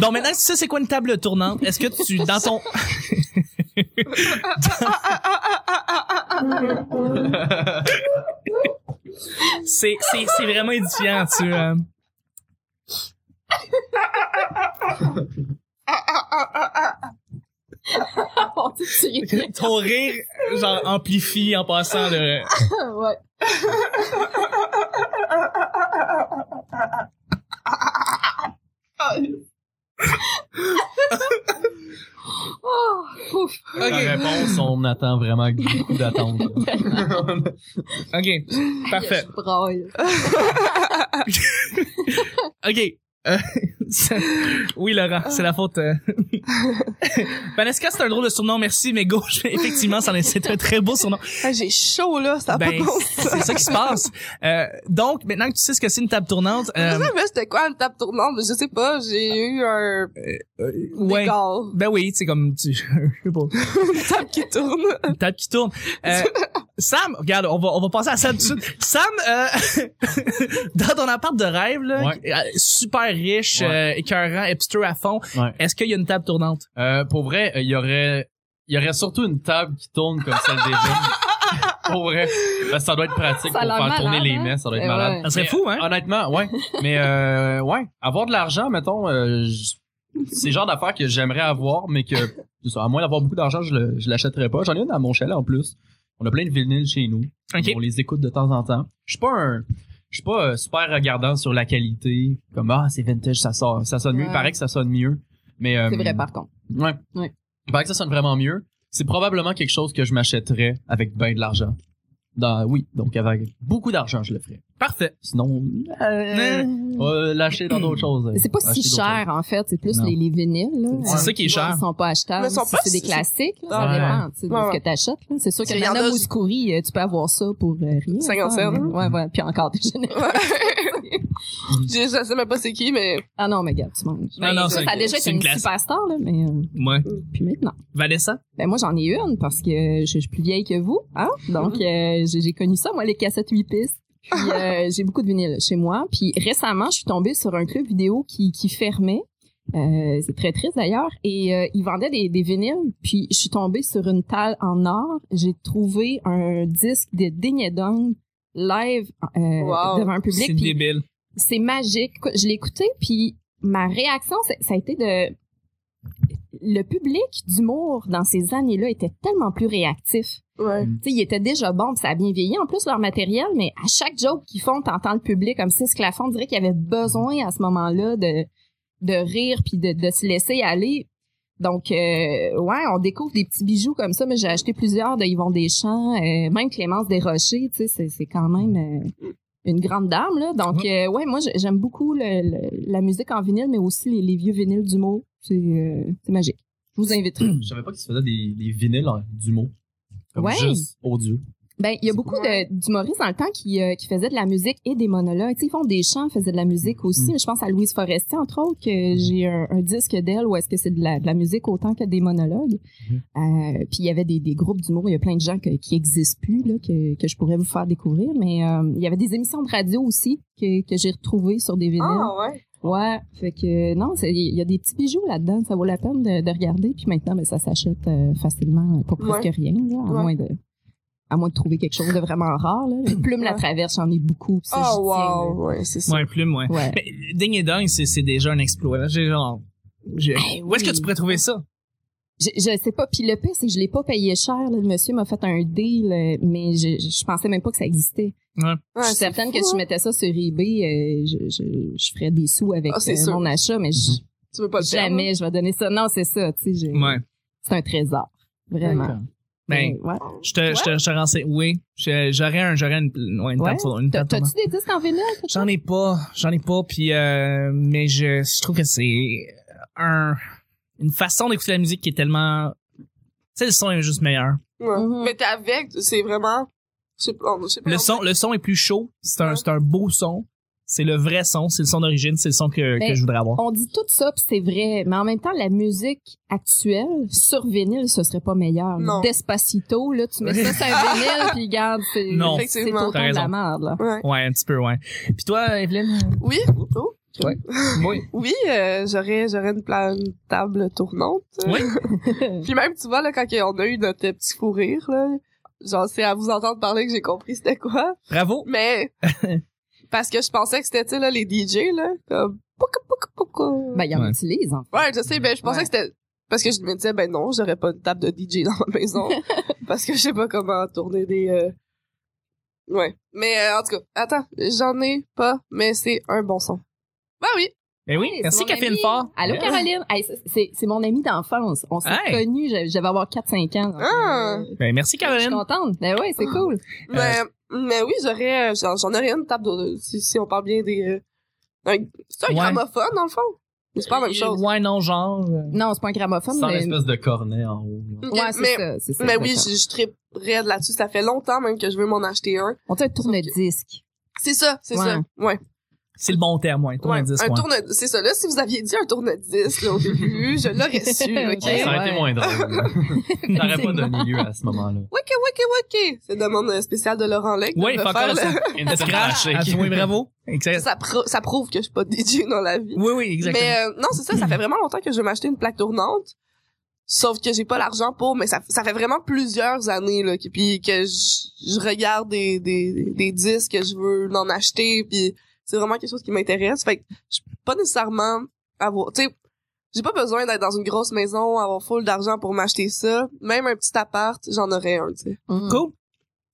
[SPEAKER 1] Donc maintenant, si tu sais c'est quoi une table tournante, est-ce que tu, dans ton, <laughs> c'est, c'est, c'est vraiment édifiant, tu, euh,
[SPEAKER 4] Mon Dieu, tu <laughs> ris.
[SPEAKER 1] ton rire, genre, amplifie en passant le,
[SPEAKER 4] Ouais. Oh, ouf.
[SPEAKER 2] La réponse, on attend vraiment avec beaucoup d'attente.
[SPEAKER 1] ok, <laughs> parfait.
[SPEAKER 4] Je braille.
[SPEAKER 1] OK. Euh, ça- <laughs> oui, Laurent, c'est la faute. euh. Vanessa, c'est un drôle de surnom, merci, mais gauche, effectivement, c'en est- c'est un très beau surnom.
[SPEAKER 3] Ah, j'ai chaud, là. Ça a pas de
[SPEAKER 1] Ben,
[SPEAKER 3] bon sens.
[SPEAKER 1] c'est ça qui se passe. Euh, donc, maintenant que tu sais ce que c'est une table tournante,
[SPEAKER 3] Je <laughs>
[SPEAKER 1] euh,
[SPEAKER 3] savais c'était quoi une table tournante, mais je sais pas, j'ai eu un
[SPEAKER 1] euh, ouais.
[SPEAKER 3] dégât.
[SPEAKER 1] Ben oui, c'est comme tu, <laughs> je sais pas,
[SPEAKER 3] Une table qui tourne.
[SPEAKER 1] <laughs> une table qui tourne. Euh, Sam, regarde, on va on va passer à Sam tout de suite. Sam, euh, <laughs> dans ton appart de rêve là,
[SPEAKER 2] Ouais.
[SPEAKER 1] euh, super riche,
[SPEAKER 2] Ouais.
[SPEAKER 1] euh, écœurant, hipster à fond,
[SPEAKER 2] Ouais.
[SPEAKER 1] est-ce qu'il y a une table tournante
[SPEAKER 2] Euh, pour vrai, euh, il y aurait, il y aurait surtout une table qui tourne comme celle des hommes.
[SPEAKER 4] <laughs>
[SPEAKER 2] pour vrai, Parce que ça doit être pratique
[SPEAKER 4] Ça a
[SPEAKER 2] pour
[SPEAKER 4] l'air
[SPEAKER 2] faire
[SPEAKER 4] malade,
[SPEAKER 2] tourner les
[SPEAKER 4] hein?
[SPEAKER 2] messes, ça doit être
[SPEAKER 4] Eh
[SPEAKER 2] malade.
[SPEAKER 4] ouais.
[SPEAKER 1] Ça serait
[SPEAKER 2] Mais,
[SPEAKER 1] fou, hein?
[SPEAKER 2] euh, Honnêtement,
[SPEAKER 4] <laughs>
[SPEAKER 2] ouais. Mais euh, ouais, avoir de l'argent, mettons, euh, j- c'est le genre d'affaires que j'aimerais avoir, mais que c'est ça, à moins d'avoir beaucoup d'argent, je, le- je l'achèterais pas. J'en ai une à mon chalet en plus. On a plein de vinyles chez nous.
[SPEAKER 1] Ok.
[SPEAKER 2] On les écoute de temps en temps. Je suis pas un je suis pas euh, super regardant sur la qualité comme ah c'est vintage ça sort ça sonne mieux il
[SPEAKER 3] Ouais.
[SPEAKER 2] paraît que ça sonne mieux mais euh,
[SPEAKER 4] C'est vrai, par contre.
[SPEAKER 2] Ouais.
[SPEAKER 4] Ouais.
[SPEAKER 2] Il paraît que ça sonne vraiment mieux. C'est probablement quelque chose que je m'achèterais avec ben de l'argent. Dans, oui, donc avec beaucoup d'argent, je le ferais.
[SPEAKER 1] Parfait.
[SPEAKER 2] Sinon,
[SPEAKER 1] Euh,
[SPEAKER 2] euh, lâcher dans d'autres choses.
[SPEAKER 4] Hmm. C'est
[SPEAKER 1] Ah,
[SPEAKER 4] pas si
[SPEAKER 2] Acheter d'autres
[SPEAKER 4] cher, en fait. C'est plus
[SPEAKER 2] Non.
[SPEAKER 4] les, les vinyles, là.
[SPEAKER 1] C'est ça qui est cher.
[SPEAKER 4] Ils sont pas achetables.
[SPEAKER 3] Mais ils sont
[SPEAKER 4] Si
[SPEAKER 3] pas
[SPEAKER 4] c'est
[SPEAKER 3] si-
[SPEAKER 4] des classiques, là,
[SPEAKER 3] Ah,
[SPEAKER 4] ça
[SPEAKER 2] ouais.
[SPEAKER 4] dépend, tu sais, de
[SPEAKER 3] Ouais, ouais.
[SPEAKER 4] ce que t'achètes, là. C'est sûr que
[SPEAKER 3] Il y en
[SPEAKER 4] Nana
[SPEAKER 3] a-
[SPEAKER 4] Mouskouri, euh, tu peux avoir ça pour euh, rien.
[SPEAKER 3] 50 cents,
[SPEAKER 4] Ouais,
[SPEAKER 3] hein.
[SPEAKER 4] Ouais, ouais. Puis encore des généreux.
[SPEAKER 3] Je, je sais même pas c'est qui, mais
[SPEAKER 4] Ah non, mais gars, tu manges.
[SPEAKER 1] Non, non,
[SPEAKER 4] ça
[SPEAKER 1] c'est-
[SPEAKER 4] a déjà
[SPEAKER 1] c'est
[SPEAKER 4] été
[SPEAKER 1] une
[SPEAKER 4] une,
[SPEAKER 1] classe.
[SPEAKER 4] superstar, là, mais euh,
[SPEAKER 1] Ouais.
[SPEAKER 4] puis maintenant.
[SPEAKER 1] Vanessa?
[SPEAKER 4] Ben moi j'en ai une parce que je je suis plus vieille que vous, hein. Donc euh, j'ai j'ai connu ça moi les cassettes 8 pistes. Puis euh, j'ai beaucoup de vinyles chez moi. Puis récemment, je suis tombée sur un club vidéo qui qui fermait. Euh, c'est très triste d'ailleurs et euh, ils vendaient des, des vinyles puis je suis tombée sur une talle en or j'ai trouvé un disque de Ding Dong live euh,
[SPEAKER 3] Wow.
[SPEAKER 4] devant un public
[SPEAKER 1] C'est
[SPEAKER 4] Puis
[SPEAKER 1] débile.
[SPEAKER 4] c'est magique. Écoute, Je l'ai écouté, puis ma réaction, ça ça a été de... Le public d'humour dans ces années-là était tellement plus réactif.
[SPEAKER 3] ouais.
[SPEAKER 4] Tu sais, il était déjà bon, puis ça a bien vieilli en plus leur matériel, mais à chaque joke qu'ils font, t'entends le public comme si Sclafon dirait qu'il avait besoin à ce moment-là de, de rire puis de, de se laisser aller. Donc, euh, ouais, on découvre des petits bijoux comme ça, mais j'ai acheté plusieurs de Yvon Deschamps, euh, même Clémence Desrochers, tu sais, c'est, c'est quand même euh, une grande dame, là. Donc, euh, ouais, moi, j'ai- j'aime beaucoup le- le- la musique en vinyle, mais aussi les, les vieux vinyles du mot. C'est, euh, c'est magique. Je vous inviterai.
[SPEAKER 2] <clears throat> Je savais pas qu'ils se faisaient des, des vinyles en- du mot. Comme
[SPEAKER 4] Ouais.
[SPEAKER 2] Juste audio.
[SPEAKER 4] Ben, il y a beaucoup de- d'humoristes dans le temps qui, euh, qui faisaient de la musique et des monologues. Tu sais, ils font des chants, faisaient de la musique aussi. Je pense à Louise Forestier, entre autres, que j'ai un, un disque d'elle où est-ce que c'est de la, de la musique autant que des monologues.
[SPEAKER 2] Mhm.
[SPEAKER 4] Euh, puis il y avait des, des groupes d'humour, il y a plein de gens que- qui existent plus, là, que, que je pourrais vous faire découvrir. Mais euh, il y avait des émissions de radio aussi que, que j'ai retrouvées sur des vinyles.
[SPEAKER 3] Ah, ouais.
[SPEAKER 4] Ouais, fait que euh, non, c'est- il y a des petits bijoux là-dedans, ça vaut la peine de, de regarder. Puis maintenant, ben, ça s'achète euh, facilement pour presque
[SPEAKER 3] Ouais.
[SPEAKER 4] rien, là, à,
[SPEAKER 3] Ouais.
[SPEAKER 4] moins de, à moins de trouver quelque chose de vraiment rare.
[SPEAKER 3] <coughs>
[SPEAKER 4] Là. Les Plume la
[SPEAKER 3] Ouais.
[SPEAKER 4] traverse, j'en ai beaucoup. puis ça,
[SPEAKER 3] Oh,
[SPEAKER 4] j'y tiens,
[SPEAKER 3] wow. Ouais, c'est ça.
[SPEAKER 1] Ouais, plume, ouais.
[SPEAKER 4] là.
[SPEAKER 3] <laughs>
[SPEAKER 4] Ouais.
[SPEAKER 1] Mais Ding et Dong, c'est c'est déjà un exploit. là. J'ai genre... j'ai-
[SPEAKER 4] Eh
[SPEAKER 1] Où est-ce que
[SPEAKER 4] oui.
[SPEAKER 1] tu pourrais trouver ça?
[SPEAKER 4] Je, je sais pas. Puis le pire, c'est que je l'ai pas payé cher. là. Le monsieur m'a fait un deal, euh, mais je, je pensais même pas que ça existait.
[SPEAKER 3] Ouais,
[SPEAKER 4] je suis certaine
[SPEAKER 3] fou,
[SPEAKER 4] que si je
[SPEAKER 3] hein.
[SPEAKER 4] mettais ça sur eBay, euh, je, je, je ferais des sous avec
[SPEAKER 3] Ah, c'est
[SPEAKER 4] euh,
[SPEAKER 3] sûr.
[SPEAKER 4] mon achat, mais je-
[SPEAKER 3] Tu veux pas hein. le faire,
[SPEAKER 4] jamais je vais donner ça. Non, c'est ça. Tu sais, j'ai-
[SPEAKER 1] Ouais.
[SPEAKER 4] c'est un trésor, vraiment.
[SPEAKER 1] Ben,
[SPEAKER 4] Mais, ouais.
[SPEAKER 1] je te, je te, je te renseigne. Oui. Je- J'aurais un, j'aurais une, ouais, une
[SPEAKER 4] Ouais.
[SPEAKER 1] table sur- une
[SPEAKER 4] T'as-
[SPEAKER 1] table tournante.
[SPEAKER 4] T'as-tu des disques en vinyle? toi?
[SPEAKER 1] J'en ai pas, j'en ai pas, puis euh, mais je, je trouve que c'est un une façon d'écouter la musique qui est tellement, tu sais le son est juste meilleur.
[SPEAKER 3] Ouais.
[SPEAKER 4] Mhm.
[SPEAKER 3] Mais t'es avec, c'est vraiment. Je sais pas, je sais
[SPEAKER 4] Ah
[SPEAKER 3] pas.
[SPEAKER 1] Le son, le son est plus chaud, c'est un,
[SPEAKER 3] Ouais.
[SPEAKER 1] c'est un beau son, c'est le vrai son, c'est le son d'origine, c'est le son que,
[SPEAKER 4] Ben,
[SPEAKER 1] que je voudrais avoir.
[SPEAKER 4] On dit tout ça, puis c'est vrai, mais en même temps, la musique actuelle sur vinyle, ce serait pas meilleur.
[SPEAKER 3] Non.
[SPEAKER 4] Despacito, là, tu mets ça sur
[SPEAKER 3] <laughs>
[SPEAKER 4] un vinyle, puis garde, c'est
[SPEAKER 1] Non.
[SPEAKER 4] c'est
[SPEAKER 3] Effectivement.
[SPEAKER 4] autant
[SPEAKER 1] T'as
[SPEAKER 4] de la
[SPEAKER 1] raison.
[SPEAKER 4] merde. Là.
[SPEAKER 3] Ouais.
[SPEAKER 1] Ouais, un petit peu, ouais. Puis toi, Evelyne,
[SPEAKER 3] Oui. Oh.
[SPEAKER 1] oui,
[SPEAKER 3] <laughs> Oui, euh, j'aurais, j'aurais une, pla- une table tournante.
[SPEAKER 1] oui,
[SPEAKER 3] <laughs> Puis même, tu vois, là, quand on a eu notre petit fou rire, là, genre, c'est à vous entendre parler que j'ai compris c'était quoi.
[SPEAKER 1] bravo. <laughs>
[SPEAKER 3] Mais, parce que je pensais que c'était, tu sais, là, les DJ, là, comme, pouka, pouka, pouka.
[SPEAKER 4] Ben, il y en
[SPEAKER 1] Ouais.
[SPEAKER 4] utilise, en fait.
[SPEAKER 3] Ouais, je sais, ben, je pensais
[SPEAKER 4] Ouais.
[SPEAKER 3] que c'était, parce que je me disais, ben non, j'aurais pas une table de DJ dans
[SPEAKER 4] <laughs>
[SPEAKER 3] ma maison. parce que je sais pas comment tourner des, euh, ouais. Mais, euh, en tout cas, attends, j'en ai pas, mais c'est un bon son. Ben oui!
[SPEAKER 1] Ben oui,
[SPEAKER 4] Hey,
[SPEAKER 1] merci
[SPEAKER 4] c'est mon
[SPEAKER 1] Caféine
[SPEAKER 4] amie.
[SPEAKER 1] Fort.
[SPEAKER 4] Allô,
[SPEAKER 1] Yeah.
[SPEAKER 4] Caroline? Hey, c'est- c'est- c'est mon amie d'enfance. On s'est
[SPEAKER 1] Hey.
[SPEAKER 4] connus, j'a- j'avais avoir 4-5 ans. donc,
[SPEAKER 3] Ah.
[SPEAKER 4] euh,
[SPEAKER 1] Ben merci
[SPEAKER 4] je suis
[SPEAKER 1] Caroline.
[SPEAKER 4] contente. Ben ouais, c'est cool.
[SPEAKER 3] Mais, mais oui, j'aurais, euh, j'en j'en aurais une table de, si, si on parle bien des, euh, un- c'est un
[SPEAKER 1] Ouais.
[SPEAKER 3] gramophone, dans le fond. Mais C'est pas la même chose.
[SPEAKER 1] Ouais, non, genre. euh,
[SPEAKER 4] Non, c'est pas un gramophone,
[SPEAKER 2] Sans
[SPEAKER 4] mais...
[SPEAKER 2] l'espèce de cornet en haut. là.
[SPEAKER 3] Ok,
[SPEAKER 4] Ouais, c'est
[SPEAKER 3] mais,
[SPEAKER 4] ça, c'est ça.
[SPEAKER 3] mais oui,
[SPEAKER 4] exactement.
[SPEAKER 3] je, je tripe raide là-dessus. Ça fait longtemps même que je veux m'en acheter un.
[SPEAKER 4] On t'a un tourne-disque.
[SPEAKER 3] C'est ça, c'est
[SPEAKER 4] Ouais.
[SPEAKER 3] ça. Ouais.
[SPEAKER 1] C'est le bon terme, ouais.
[SPEAKER 3] ouais.
[SPEAKER 1] tourne-disque,
[SPEAKER 3] un
[SPEAKER 1] ouais.
[SPEAKER 3] tourne, c'est ça. Là, si vous aviez dit un tourne-disque, là, au début, je l'aurais su, ok?
[SPEAKER 2] Ouais, ça aurait été
[SPEAKER 4] Eh Ouais.
[SPEAKER 2] moins drôle.
[SPEAKER 4] <laughs>
[SPEAKER 2] là. T'aurais pas
[SPEAKER 4] Effectivement.
[SPEAKER 2] de milieu à ce moment-là.
[SPEAKER 3] Wiki, wiki, wiki! C'est une demande spéciale de Laurent Lec. hein,
[SPEAKER 1] Ouais,
[SPEAKER 3] de me
[SPEAKER 1] fuck
[SPEAKER 3] faire, <laughs>
[SPEAKER 1] all,
[SPEAKER 3] là.
[SPEAKER 1] ça.
[SPEAKER 2] Une
[SPEAKER 1] Scratch. Oui, bravo. Exact.
[SPEAKER 3] ça, pro- ça prouve que je suis pas DJ dans la vie.
[SPEAKER 1] Oui, oui, exactement.
[SPEAKER 3] Mais euh, non, c'est ça, ça fait vraiment longtemps que je veux m'acheter une plaque tournante. Sauf que j'ai pas l'argent pour, mais ça, ça fait vraiment plusieurs années là, que, puis que je, je regarde des, des, des disques que je veux en acheter, puis c'est vraiment quelque chose qui m'intéresse. Fait que je suis pas nécessairement avoir, tu sais, j'ai pas besoin d'être dans une grosse maison, avoir full d'argent pour m'acheter ça. Même un petit appart, j'en aurais un, tu sais.
[SPEAKER 4] Mhm.
[SPEAKER 1] Cool.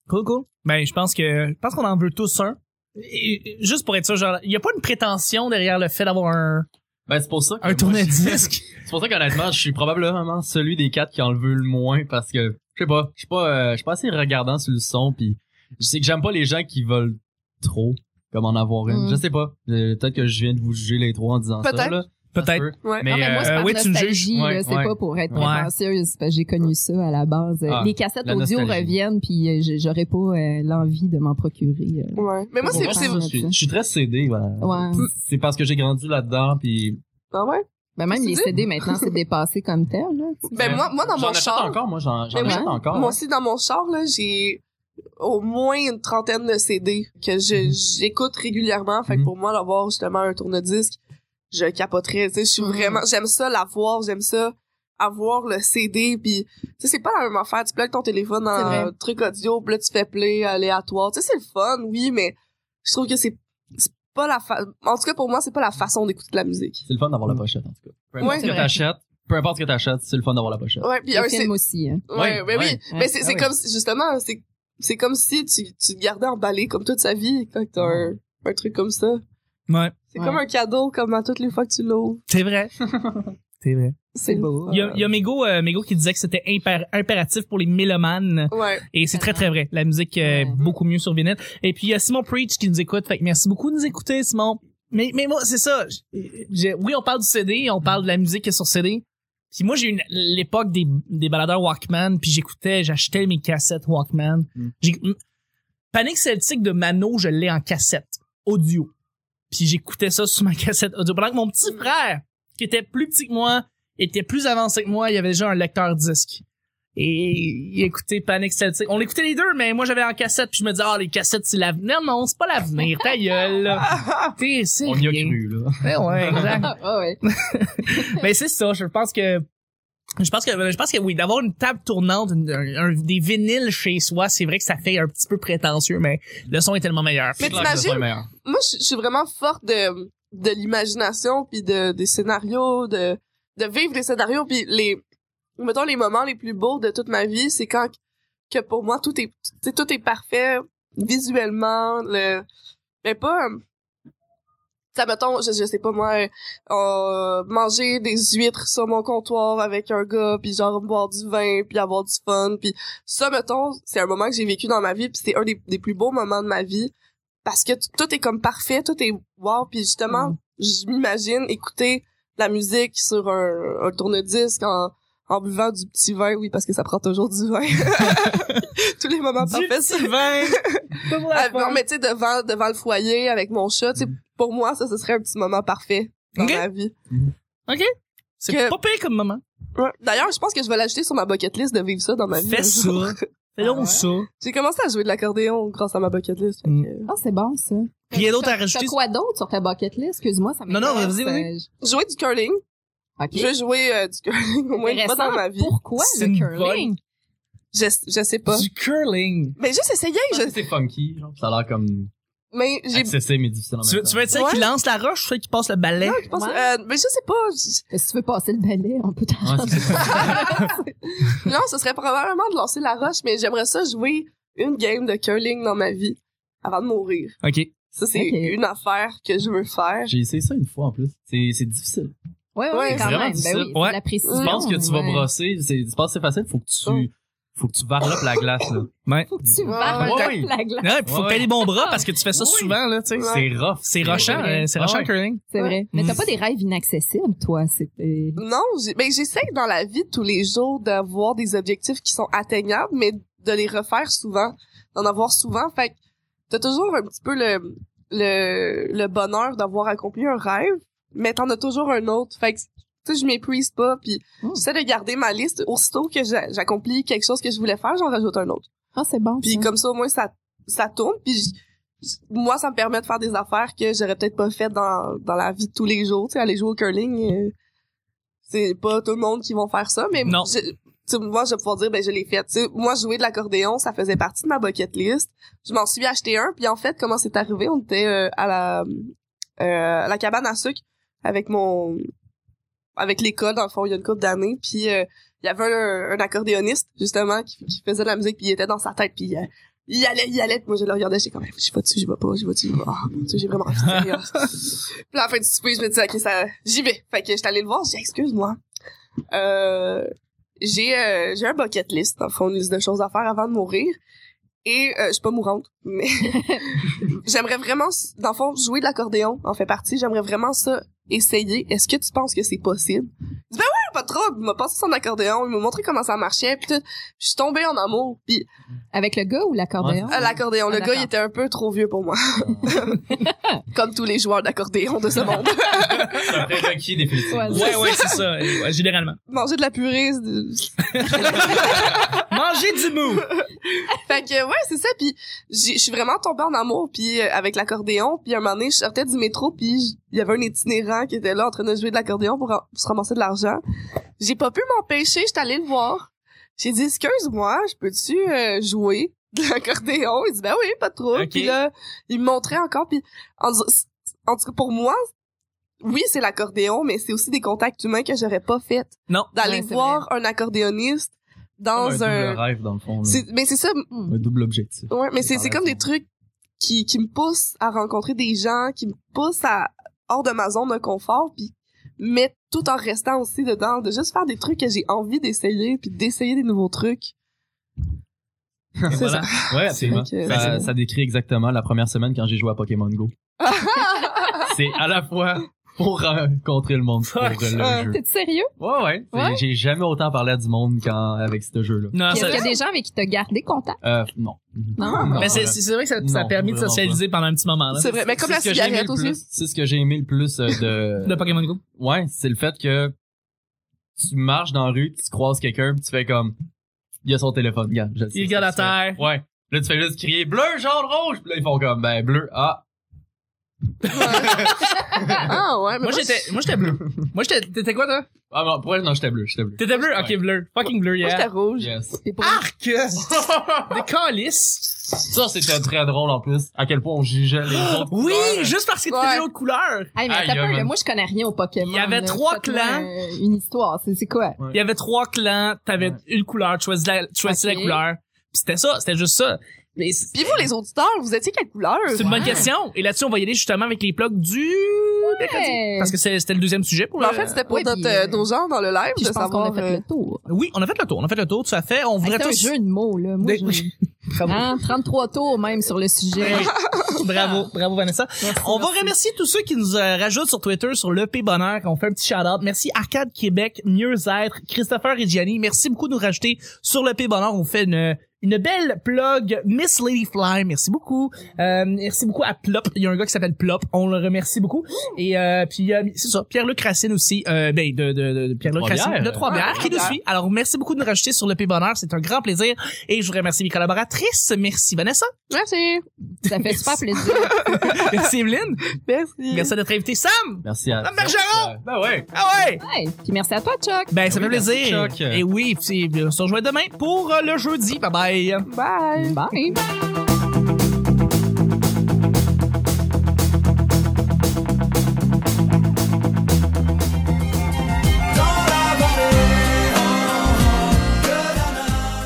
[SPEAKER 1] Cool, cool. Ben, je pense que, je pense qu'on en veut tous un. Et- et- juste pour être sûr, genre, il n'y a pas une prétention derrière le fait d'avoir un,
[SPEAKER 2] Ben, c'est pour ça que.
[SPEAKER 1] un
[SPEAKER 2] moi,
[SPEAKER 1] tourne-disque.
[SPEAKER 2] C'est pour <laughs> ça qu'honnêtement, je suis probablement celui des quatre qui en veut le moins parce que, je sais pas, je suis pas, euh, je suis pas assez regardant sur le son pis je sais que j'aime pas les gens qui veulent trop. comme en avoir une.
[SPEAKER 4] Mm.
[SPEAKER 2] Je sais pas. Euh, Peut-être que je viens de vous juger les trois en disant ça.
[SPEAKER 3] Peut-être.
[SPEAKER 2] là. Ça se
[SPEAKER 1] Peut-être.
[SPEAKER 2] peut.
[SPEAKER 3] Ouais.
[SPEAKER 2] Mais,
[SPEAKER 4] non, mais moi, c'est
[SPEAKER 1] euh,
[SPEAKER 4] par
[SPEAKER 1] oui, tu me
[SPEAKER 4] nostalgie,
[SPEAKER 2] juges.
[SPEAKER 4] là,
[SPEAKER 2] Ouais,
[SPEAKER 4] c'est
[SPEAKER 2] ouais.
[SPEAKER 4] pas pour être
[SPEAKER 2] Ouais.
[SPEAKER 4] prétentieuse, c'est parce que j'ai connu ça à la base. Euh,
[SPEAKER 2] Ah,
[SPEAKER 4] les cassettes
[SPEAKER 2] la
[SPEAKER 4] audio
[SPEAKER 2] nostalgie.
[SPEAKER 4] reviennent, puis euh, j'ai- j'aurais pas euh, l'envie de m'en procurer. euh.
[SPEAKER 3] Ouais. Mais moi,
[SPEAKER 4] Pour
[SPEAKER 3] c'est,
[SPEAKER 4] vrai,
[SPEAKER 3] c'est,
[SPEAKER 2] Je suis, je suis très CD. voilà.
[SPEAKER 4] Ouais.
[SPEAKER 2] C'est parce que j'ai grandi là-dedans. Puis
[SPEAKER 3] ah ouais.
[SPEAKER 4] Ben, même
[SPEAKER 3] C'est
[SPEAKER 4] les
[SPEAKER 3] dit?
[SPEAKER 4] CD, maintenant, c'est dépassé comme tel.
[SPEAKER 3] <laughs>
[SPEAKER 4] Là, tu sais.
[SPEAKER 3] Ben, moi, moi, dans
[SPEAKER 2] j'en
[SPEAKER 3] mon
[SPEAKER 2] achète
[SPEAKER 3] char.
[SPEAKER 2] encore. Moi, j'en j'en
[SPEAKER 3] Mais
[SPEAKER 2] achète
[SPEAKER 4] ouais.
[SPEAKER 2] encore.
[SPEAKER 3] Moi aussi, dans mon char, là, j'ai au moins une trentaine de CD que
[SPEAKER 4] Mhm.
[SPEAKER 3] je, j'écoute régulièrement. Fait que
[SPEAKER 2] Mhm.
[SPEAKER 3] pour moi, d'avoir justement un tourne-disque, je capoterais. Tu sais, je suis
[SPEAKER 4] Mhm.
[SPEAKER 3] vraiment, j'aime ça l'avoir, j'aime ça avoir le CD puis tu sais c'est pas la même affaire tu plugues ton téléphone dans
[SPEAKER 4] C'est vrai.
[SPEAKER 3] un truc audio puis là tu fais play aléatoire tu sais c'est le fun oui mais je trouve que c'est c'est pas la fa... en tout cas pour moi c'est pas la façon d'écouter de la musique
[SPEAKER 2] C'est le fun d'avoir
[SPEAKER 3] Mm.
[SPEAKER 2] la pochette, en tout cas. Peu importe
[SPEAKER 3] Ouais.
[SPEAKER 2] ce que t'achètes, peu importe ce que t'achètes, c'est le fun d'avoir la pochette.
[SPEAKER 3] ouais puis
[SPEAKER 4] Les
[SPEAKER 3] un,
[SPEAKER 4] films aussi. hein.
[SPEAKER 3] Ouais,
[SPEAKER 2] Ouais,
[SPEAKER 3] mais
[SPEAKER 2] ouais.
[SPEAKER 3] oui. Mais c'est,
[SPEAKER 2] Ah
[SPEAKER 3] c'est
[SPEAKER 2] oui.
[SPEAKER 3] comme, si- justement, c'est, c'est comme si tu, tu te gardais emballé comme toute sa vie quand t'as un, un truc comme ça.
[SPEAKER 1] Ouais.
[SPEAKER 3] C'est
[SPEAKER 4] Ouais.
[SPEAKER 3] comme un cadeau, comme à toutes les fois que tu l'ouvres.
[SPEAKER 1] C'est
[SPEAKER 4] <laughs>
[SPEAKER 1] vrai. C'est vrai.
[SPEAKER 4] C'est beau.
[SPEAKER 3] <laughs>
[SPEAKER 1] Il y a, il y a Mego, euh, Mego qui disait que c'était impér- impératif pour les mélomanes.
[SPEAKER 3] Ouais.
[SPEAKER 1] Et c'est très, très vrai. La musique est
[SPEAKER 4] Ouais.
[SPEAKER 1] beaucoup mieux sur vinyle. Et puis, il y a Simon Preach qui nous écoute. Fait que merci beaucoup de nous écouter, Simon. Mais, mais moi, c'est ça. J'ai- j'ai- oui, on parle du CD, on parle de la musique qui est sur CD. Puis moi, j'ai eu une- l'époque des, des baladeurs Walkman, puis j'écoutais, j'achetais mes cassettes Walkman.
[SPEAKER 2] Mm.
[SPEAKER 1] J'ai- mm. Panic Celtic de Mano, je l'ai en cassette audio. Puis j'écoutais ça sur ma <laughs> cassette audio. Pendant que mon petit frère, qui était plus petit que moi, était plus avancé que moi, il avait déjà un lecteur disque. Et il écoutait Panic Celtic. On l'écoutait les deux, mais moi j'avais en cassette, puis je me disais, ah, les cassettes, c'est l'avenir. Non, c'est pas l'avenir, ta gueule. T'es, c'est
[SPEAKER 2] On y a
[SPEAKER 1] rien.
[SPEAKER 2] cru, là.
[SPEAKER 1] Ouais, ouais,
[SPEAKER 4] <laughs>
[SPEAKER 1] exact.
[SPEAKER 4] Ah, ah ouais.
[SPEAKER 1] ben, c'est ça, je pense que... Je pense que je pense que oui, d'avoir une table tournante, une- un- un- des vinyles chez soi, c'est vrai que ça fait un petit peu prétentieux, mais le son est tellement meilleur.
[SPEAKER 3] Mais
[SPEAKER 2] C'est clair que ce
[SPEAKER 3] t'imagines-
[SPEAKER 2] soit meilleur.
[SPEAKER 3] Moi, je je suis vraiment forte de, de l'imagination puis de, des scénarios, de, de vivre des scénarios puis les, mettons, les moments les plus beaux de toute ma vie, c'est quand que pour moi, tout est, tu sais, tout est parfait visuellement, le, mais pas, euh, ça mettons, je, je sais pas moi, euh, euh, manger des huîtres sur mon comptoir avec un gars, puis genre boire du vin, puis avoir du fun, puis ça mettons, c'est un moment que j'ai vécu dans ma vie, puis c'est un des, des plus beaux moments de ma vie parce que t- tout est comme parfait, tout est wow, puis justement, je m'imagine écouter la musique sur un, un tourne-disque en en buvant du petit vin, oui, parce que ça prend toujours du vin. <laughs> Tous les moments
[SPEAKER 1] Du
[SPEAKER 3] parfaits, c'est- ah, non, mais tu sais, devant, devant le foyer avec mon chat, tu sais, pour moi, ça, ce serait un petit moment parfait dans
[SPEAKER 1] Mm. Ok.
[SPEAKER 3] ma vie.
[SPEAKER 1] C'est
[SPEAKER 3] que-
[SPEAKER 1] pas pire comme moment.
[SPEAKER 3] Ouais. D'ailleurs, je pense que je vais l'ajouter sur ma bucket list de vivre ça dans ma vie.
[SPEAKER 1] Fais ça. Fais donc
[SPEAKER 4] Ah ouais?
[SPEAKER 1] ça.
[SPEAKER 3] <laughs> J'ai commencé à jouer de l'accordéon grâce à ma bucket list. fait que-
[SPEAKER 4] Ah, c'est bon, ça.
[SPEAKER 1] Rien d'autre à
[SPEAKER 4] T'as-
[SPEAKER 1] rajouter?
[SPEAKER 4] T'as quoi d'autre sur ta bucket list? Excuse-moi, ça
[SPEAKER 1] Non, non,
[SPEAKER 4] m'intéresse.
[SPEAKER 1] vas-y, vas-y.
[SPEAKER 4] Euh, je-
[SPEAKER 3] Jouer du curling.
[SPEAKER 4] Ok.
[SPEAKER 3] Je vais jouer euh, du curling au moins une fois dans ma vie.
[SPEAKER 4] Pourquoi
[SPEAKER 1] C'est
[SPEAKER 4] le
[SPEAKER 1] une
[SPEAKER 4] curling?
[SPEAKER 3] Je, je sais pas.
[SPEAKER 1] Du curling.
[SPEAKER 3] Mais juste essayer.
[SPEAKER 2] Je
[SPEAKER 3] Je...
[SPEAKER 2] pense que C'est funky, genre. Ça a l'air comme
[SPEAKER 3] Mais j'ai...
[SPEAKER 2] accessible mais difficile en
[SPEAKER 1] Tu veux,
[SPEAKER 2] même temps.
[SPEAKER 1] tu veux être celle qui
[SPEAKER 3] Ouais.
[SPEAKER 1] lance la roche, celle qui passe le balai?
[SPEAKER 3] je pense-
[SPEAKER 4] Ouais.
[SPEAKER 3] euh, mais je sais pas. je-
[SPEAKER 4] Si tu veux passer le balai, on peut
[SPEAKER 2] Ouais,
[SPEAKER 4] t'arranger.
[SPEAKER 2] c'est ça.
[SPEAKER 3] Non, ce serait probablement de lancer la roche, mais j'aimerais ça jouer une game de curling dans ma vie avant de mourir.
[SPEAKER 1] OK.
[SPEAKER 3] Ça, c'est
[SPEAKER 4] Ok.
[SPEAKER 3] une affaire que je veux faire.
[SPEAKER 2] J'ai essayé ça une fois en plus. C'est c'est difficile.
[SPEAKER 4] Ouais, ouais,
[SPEAKER 3] Ouais,
[SPEAKER 4] quand
[SPEAKER 2] vraiment
[SPEAKER 4] même.
[SPEAKER 2] difficile.
[SPEAKER 4] Ben oui,
[SPEAKER 1] Ouais.
[SPEAKER 4] la précision.
[SPEAKER 2] Tu penses que tu vas
[SPEAKER 4] ouais.
[SPEAKER 2] brosser, c'est- tu penses que c'est facile, faut que
[SPEAKER 3] Ouais.
[SPEAKER 2] tu faut que tu varlopes la glace là.
[SPEAKER 4] Faut que tu
[SPEAKER 3] Ouais,
[SPEAKER 4] vas
[SPEAKER 2] ouais.
[SPEAKER 4] la glace.
[SPEAKER 1] Ouais, pis faut
[SPEAKER 2] Ouais.
[SPEAKER 1] payer les bons bras parce que tu fais ça
[SPEAKER 2] Oui.
[SPEAKER 1] souvent, là, tu sais.
[SPEAKER 3] Ouais.
[SPEAKER 2] C'est rough.
[SPEAKER 1] C'est rochant,
[SPEAKER 4] Ouais.
[SPEAKER 1] euh, c'est
[SPEAKER 2] Ah
[SPEAKER 1] rochant,
[SPEAKER 2] ouais.
[SPEAKER 1] le curling.
[SPEAKER 4] C'est vrai. Mais t'as
[SPEAKER 1] Mm.
[SPEAKER 4] pas des rêves inaccessibles, toi. C'est euh,
[SPEAKER 3] Non, j'ai- ben j'essaie dans la vie de tous les jours d'avoir des objectifs qui sont atteignables, mais de les refaire souvent, d'en avoir souvent. Fait que t'as toujours un petit peu le le, le bonheur d'avoir accompli un rêve, mais t'en as toujours un autre. Fait que tu sais, je m'épuise pas, puis
[SPEAKER 4] Mm.
[SPEAKER 3] j'essaie de garder ma liste. Aussitôt que j'a- j'accomplis quelque chose que je voulais faire, j'en rajoute un autre.
[SPEAKER 4] Ah, c'est bon.
[SPEAKER 3] Puis
[SPEAKER 4] ça.
[SPEAKER 3] comme ça, au moins ça ça tourne. Puis j- j- moi, ça me permet de faire des affaires que j'aurais peut-être pas faites dans dans la vie de tous les jours. Tu sais, aller jouer au curling, euh, c'est pas tout le monde qui vont faire ça, mais
[SPEAKER 1] Non.
[SPEAKER 3] je- tu sais, moi, je vais pouvoir dire, ben, je l'ai fait. Tu sais, moi, jouer de l'accordéon, ça faisait partie de ma bucket list. Je m'en suis acheté un, puis en fait, comment c'est arrivé? On était euh, à la, euh, à la cabane à sucre avec mon, avec l'école, dans le fond, il y a une couple d'années, puis euh, il y avait un, un accordéoniste, justement, qui, qui faisait de la musique, puis il était dans sa tête, puis euh, il allait, il allait, puis moi, je le regardais, j'étais comme, je vais dessus, je vais pas, je vais dessus, oh, mon Dieu, j'ai vraiment envie de faire ça. Puis à la fin du souper, je me disais, OK, ça, j'y vais. Fait que j'étais allée le voir, j'ai dit, excuse-moi. Euh, j'ai euh, j'ai un bucket list, dans le fond, une liste de choses à faire avant de mourir. Et euh, je suis pas mourante, mais <laughs> j'aimerais vraiment, s- dans le fond, jouer de l'accordéon en fait partie. J'aimerais vraiment ça essayer. Est-ce que tu penses que c'est possible? Je dis, ben ouais, pas trop. Il m'a passé son accordéon, il m'a montré comment ça marchait, puis tout. Je suis tombée en amour, puis
[SPEAKER 4] Avec le gars ou l'accordéon?
[SPEAKER 1] Euh,
[SPEAKER 3] à l'accordéon,
[SPEAKER 4] Ah,
[SPEAKER 3] le gars,
[SPEAKER 4] d'accord.
[SPEAKER 3] il était un peu trop vieux pour moi. <laughs> Comme tous les joueurs d'accordéon de
[SPEAKER 4] <laughs>
[SPEAKER 3] ce monde.
[SPEAKER 2] C'est un prérequis définitivement.
[SPEAKER 4] Ouais,
[SPEAKER 1] Ouais, ouais, c'est ça, euh, <laughs> ouais, généralement.
[SPEAKER 3] Manger de la purée, c'est-
[SPEAKER 1] Manger du mou!
[SPEAKER 3] Fait que ouais, c'est ça. Puis j'ai- je suis vraiment tombée en amour puis euh, avec l'accordéon. Puis à un moment donné, je sortais du métro puis j- il y avait un itinérant qui était là en train de jouer de l'accordéon pour, ra- pour se ramasser de l'argent. J'ai pas pu m'empêcher, j'étais allée le voir. J'ai dit excuse-moi, je peux-tu euh, jouer de l'accordéon Il dit ben oui, pas trop.
[SPEAKER 1] Ok.
[SPEAKER 3] Puis là, il me montrait encore. Puis en, dis- en tout cas pour moi. Oui, c'est l'accordéon, mais c'est aussi des contacts humains que j'aurais pas fait.
[SPEAKER 1] Non.
[SPEAKER 3] D'aller
[SPEAKER 4] Ouais, c'est
[SPEAKER 3] voir un accordéonniste dans
[SPEAKER 2] C'est
[SPEAKER 3] un,
[SPEAKER 2] double rêve, dans le fond. là.
[SPEAKER 3] c'est- mais c'est ça,
[SPEAKER 4] Hmm.
[SPEAKER 2] Un double objectif.
[SPEAKER 3] Ouais, mais c'est
[SPEAKER 2] Par
[SPEAKER 3] c'est
[SPEAKER 2] la
[SPEAKER 3] comme des
[SPEAKER 2] fond.
[SPEAKER 3] trucs qui qui me poussent à rencontrer des gens, qui me poussent à hors de ma zone de confort, puis mais tout en restant aussi dedans, de juste faire des trucs que j'ai envie d'essayer, puis d'essayer des nouveaux trucs.
[SPEAKER 1] Et
[SPEAKER 3] C'est
[SPEAKER 1] voilà.
[SPEAKER 2] Ouais,
[SPEAKER 3] absolument.
[SPEAKER 2] absolument.
[SPEAKER 3] Fait que-
[SPEAKER 2] Ça, ça décrit exactement la première semaine quand j'ai joué à Pokémon Go. c'est à la fois pour rencontrer le monde pour
[SPEAKER 1] Fuck.
[SPEAKER 2] le jeu.
[SPEAKER 4] T'es sérieux?
[SPEAKER 2] Ouais, ouais. C'est-
[SPEAKER 4] Ouais.
[SPEAKER 2] J'ai jamais autant parlé à du monde qu'avec avec ce jeu-là.
[SPEAKER 1] Non,
[SPEAKER 4] Puis Est-ce
[SPEAKER 1] ça,
[SPEAKER 4] qu'il y a des gens avec qui t'as gardé contact?
[SPEAKER 2] Euh, non.
[SPEAKER 4] Non.
[SPEAKER 1] mais c'est, c'est vrai que ça, ça a
[SPEAKER 2] Non,
[SPEAKER 1] permis de
[SPEAKER 2] vraiment
[SPEAKER 1] socialiser pendant un petit moment, là.
[SPEAKER 3] C'est vrai, mais Ben, comme la
[SPEAKER 2] Ah, C'est ce que j'ai aimé
[SPEAKER 3] cigarette
[SPEAKER 2] le
[SPEAKER 3] aussi.
[SPEAKER 2] plus- C'est ce que j'ai aimé le plus euh, <laughs>
[SPEAKER 1] De Pokémon Go.
[SPEAKER 2] Ouais, c'est le fait que tu marches dans la rue, tu croises quelqu'un, pis tu fais comme il a son téléphone, gars. Je le sais
[SPEAKER 1] Il
[SPEAKER 2] ce
[SPEAKER 1] regarde
[SPEAKER 2] que
[SPEAKER 1] à
[SPEAKER 2] tu fais.
[SPEAKER 1] terre.
[SPEAKER 2] Ouais. Là tu fais juste crier bleu, jaune, rouge, pis là ils font comme ben bleu, ah.
[SPEAKER 3] ah ouais, mais
[SPEAKER 1] Moi, j'étais, moi, j'étais bleu. Moi, j'étais, t'étais quoi, toi?
[SPEAKER 2] Ah non, pour elle, non, j'étais bleu, j'étais bleu.
[SPEAKER 1] T'étais bleu? Ok,
[SPEAKER 2] Ouais.
[SPEAKER 1] bleu. Fucking bleu,
[SPEAKER 3] moi, j'étais
[SPEAKER 1] yeah.
[SPEAKER 3] rouge.
[SPEAKER 2] Yes.
[SPEAKER 4] C'est pour-
[SPEAKER 1] Arc! Des calices!
[SPEAKER 2] Ça c'était très drôle en plus, à quel point on jugeait les autres.
[SPEAKER 1] Oui,
[SPEAKER 2] couleurs.
[SPEAKER 1] juste parce que t'étais
[SPEAKER 3] Ouais.
[SPEAKER 1] de l'autre couleur.
[SPEAKER 4] Hey, mais
[SPEAKER 2] Aïe,
[SPEAKER 4] attends un peu,
[SPEAKER 2] man.
[SPEAKER 4] là, moi, je connais rien au Pokémon.
[SPEAKER 1] Il y avait
[SPEAKER 4] là.
[SPEAKER 1] trois
[SPEAKER 4] Faites-moi,
[SPEAKER 1] clans.
[SPEAKER 4] euh, Une histoire, c'est c'est quoi?
[SPEAKER 1] Il y avait trois clans, t'avais
[SPEAKER 2] Ouais.
[SPEAKER 1] une couleur, tu choisis la, tu choisis
[SPEAKER 4] Ok.
[SPEAKER 1] la couleur. Puis c'était ça, c'était juste ça. Mais c'est
[SPEAKER 3] Puis vous les auditeurs, vous étiez quelle couleur
[SPEAKER 1] c'est une bonne
[SPEAKER 4] Ouais.
[SPEAKER 1] question. Et là-dessus, on va y aller justement avec les plugs du... mercredi. Parce que c'est- c'était le deuxième sujet pour
[SPEAKER 3] Mais
[SPEAKER 1] le...
[SPEAKER 3] en fait, c'était pour
[SPEAKER 4] Ouais,
[SPEAKER 3] notre,
[SPEAKER 4] puis,
[SPEAKER 3] euh,
[SPEAKER 4] euh,
[SPEAKER 3] nos gens dans le live
[SPEAKER 4] Puis
[SPEAKER 3] de
[SPEAKER 4] je pense qu'on a
[SPEAKER 3] savoir.
[SPEAKER 4] fait
[SPEAKER 3] euh,
[SPEAKER 4] le tour.
[SPEAKER 1] Oui, on a fait le tour, on a fait le tour, tout à fait. On
[SPEAKER 4] Hey,
[SPEAKER 1] voudrait
[SPEAKER 4] C'est un
[SPEAKER 1] tous...
[SPEAKER 4] jeu de mots, là. Moi,
[SPEAKER 1] Des-
[SPEAKER 4] je-
[SPEAKER 1] Bravo.
[SPEAKER 4] Hein, 33 tours même sur le sujet.
[SPEAKER 1] bravo, bravo Vanessa.
[SPEAKER 4] Merci,
[SPEAKER 1] On va
[SPEAKER 4] merci.
[SPEAKER 1] remercier tous ceux qui nous euh, rajoutent sur Twitter, sur l'EP Bonheur, qu'on fait un petit shout-out. Merci Arcade Québec, Mieux Être, Christopher et Gianni. Merci beaucoup de nous rajouter sur l'EP Bonheur. On fait une, une belle plug. Miss Lady Fly, merci beaucoup. Euh, merci beaucoup à Plop. Il y a un gars qui s'appelle Plop. On le remercie beaucoup. Et euh, puis, euh, c'est ça, Pierre-Luc Racine aussi. Euh, ben, de, de, de, de Pierre-Luc
[SPEAKER 2] Trois-Bières.
[SPEAKER 1] Racine de Trois-Bières
[SPEAKER 3] Ouais,
[SPEAKER 1] qui nous
[SPEAKER 3] Trois-Bières.
[SPEAKER 1] suit. Alors, merci beaucoup de nous rajouter sur l'EP Bonheur. C'est un grand plaisir. Et je vous remercie mes collaboratrices. Merci Vanessa. <laughs>
[SPEAKER 3] Merci,
[SPEAKER 4] Ça fait super plaisir.
[SPEAKER 1] Merci Evelyne.
[SPEAKER 3] merci.
[SPEAKER 1] Merci d'être invité. Sam!
[SPEAKER 2] Merci à
[SPEAKER 1] Madame Bergeron!
[SPEAKER 2] Euh, Ben ouais.
[SPEAKER 1] Ah ouais!
[SPEAKER 4] Ouais, puis merci à toi, Chuck.
[SPEAKER 1] Ben, ça fait
[SPEAKER 2] Ben oui, merci,
[SPEAKER 1] plaisir.
[SPEAKER 2] Chuck.
[SPEAKER 1] Et oui, puis euh, on se rejoint demain pour euh, le jeudi. Bye bye.
[SPEAKER 3] Bye.
[SPEAKER 4] Bye.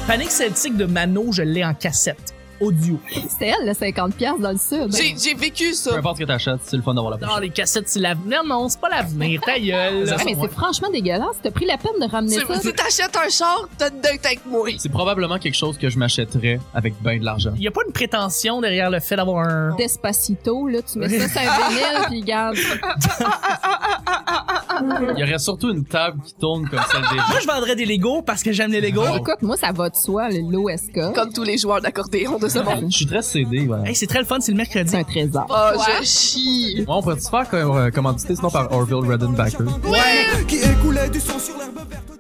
[SPEAKER 1] Panique celtique de Mano, je l'ai en cassette. Audio.
[SPEAKER 4] C'était elle, le 50$ piastres dans le sud.
[SPEAKER 3] J'ai j'ai vécu
[SPEAKER 2] Peu
[SPEAKER 3] ça.
[SPEAKER 2] importe ce que t'achètes, c'est le fun d'avoir la
[SPEAKER 1] Non, les cassettes, c'est l'avenir. Non, c'est pas l'avenir. Ta gueule. <laughs> Ah,
[SPEAKER 4] Ouais, mais c'est franchement dégueulasse. T'as pris la peine de ramener
[SPEAKER 3] Tu
[SPEAKER 4] ça.
[SPEAKER 3] tu t'achètes un char, t'as dedans que t'as avec moi.
[SPEAKER 2] C'est probablement quelque chose que je m'achèterais avec ben de l'argent.
[SPEAKER 1] Il y a pas une prétention derrière le fait d'avoir un.
[SPEAKER 4] Despacito, là, tu mets ça sur un vinyle, puis garde.
[SPEAKER 2] Il y aurait surtout une table qui tourne comme celle des
[SPEAKER 1] Moi, je vendrais des Legos parce que j'aime les Legos.
[SPEAKER 2] Oh.
[SPEAKER 4] Écoute, moi, ça va de soi, le l'OSK.
[SPEAKER 3] Comme tous les joueurs d'accordéon de ce monde.
[SPEAKER 2] Je suis très cédé, voilà.
[SPEAKER 1] Hey, c'est très le fun, c'est le mercredi.
[SPEAKER 4] C'est un trésor.
[SPEAKER 3] Oh, je chie.
[SPEAKER 2] Ouais, on pourrait se faire co- euh, commanditer sinon par Orville Redenbacher?
[SPEAKER 5] Qui écoulait du sang sur l'herbe verte.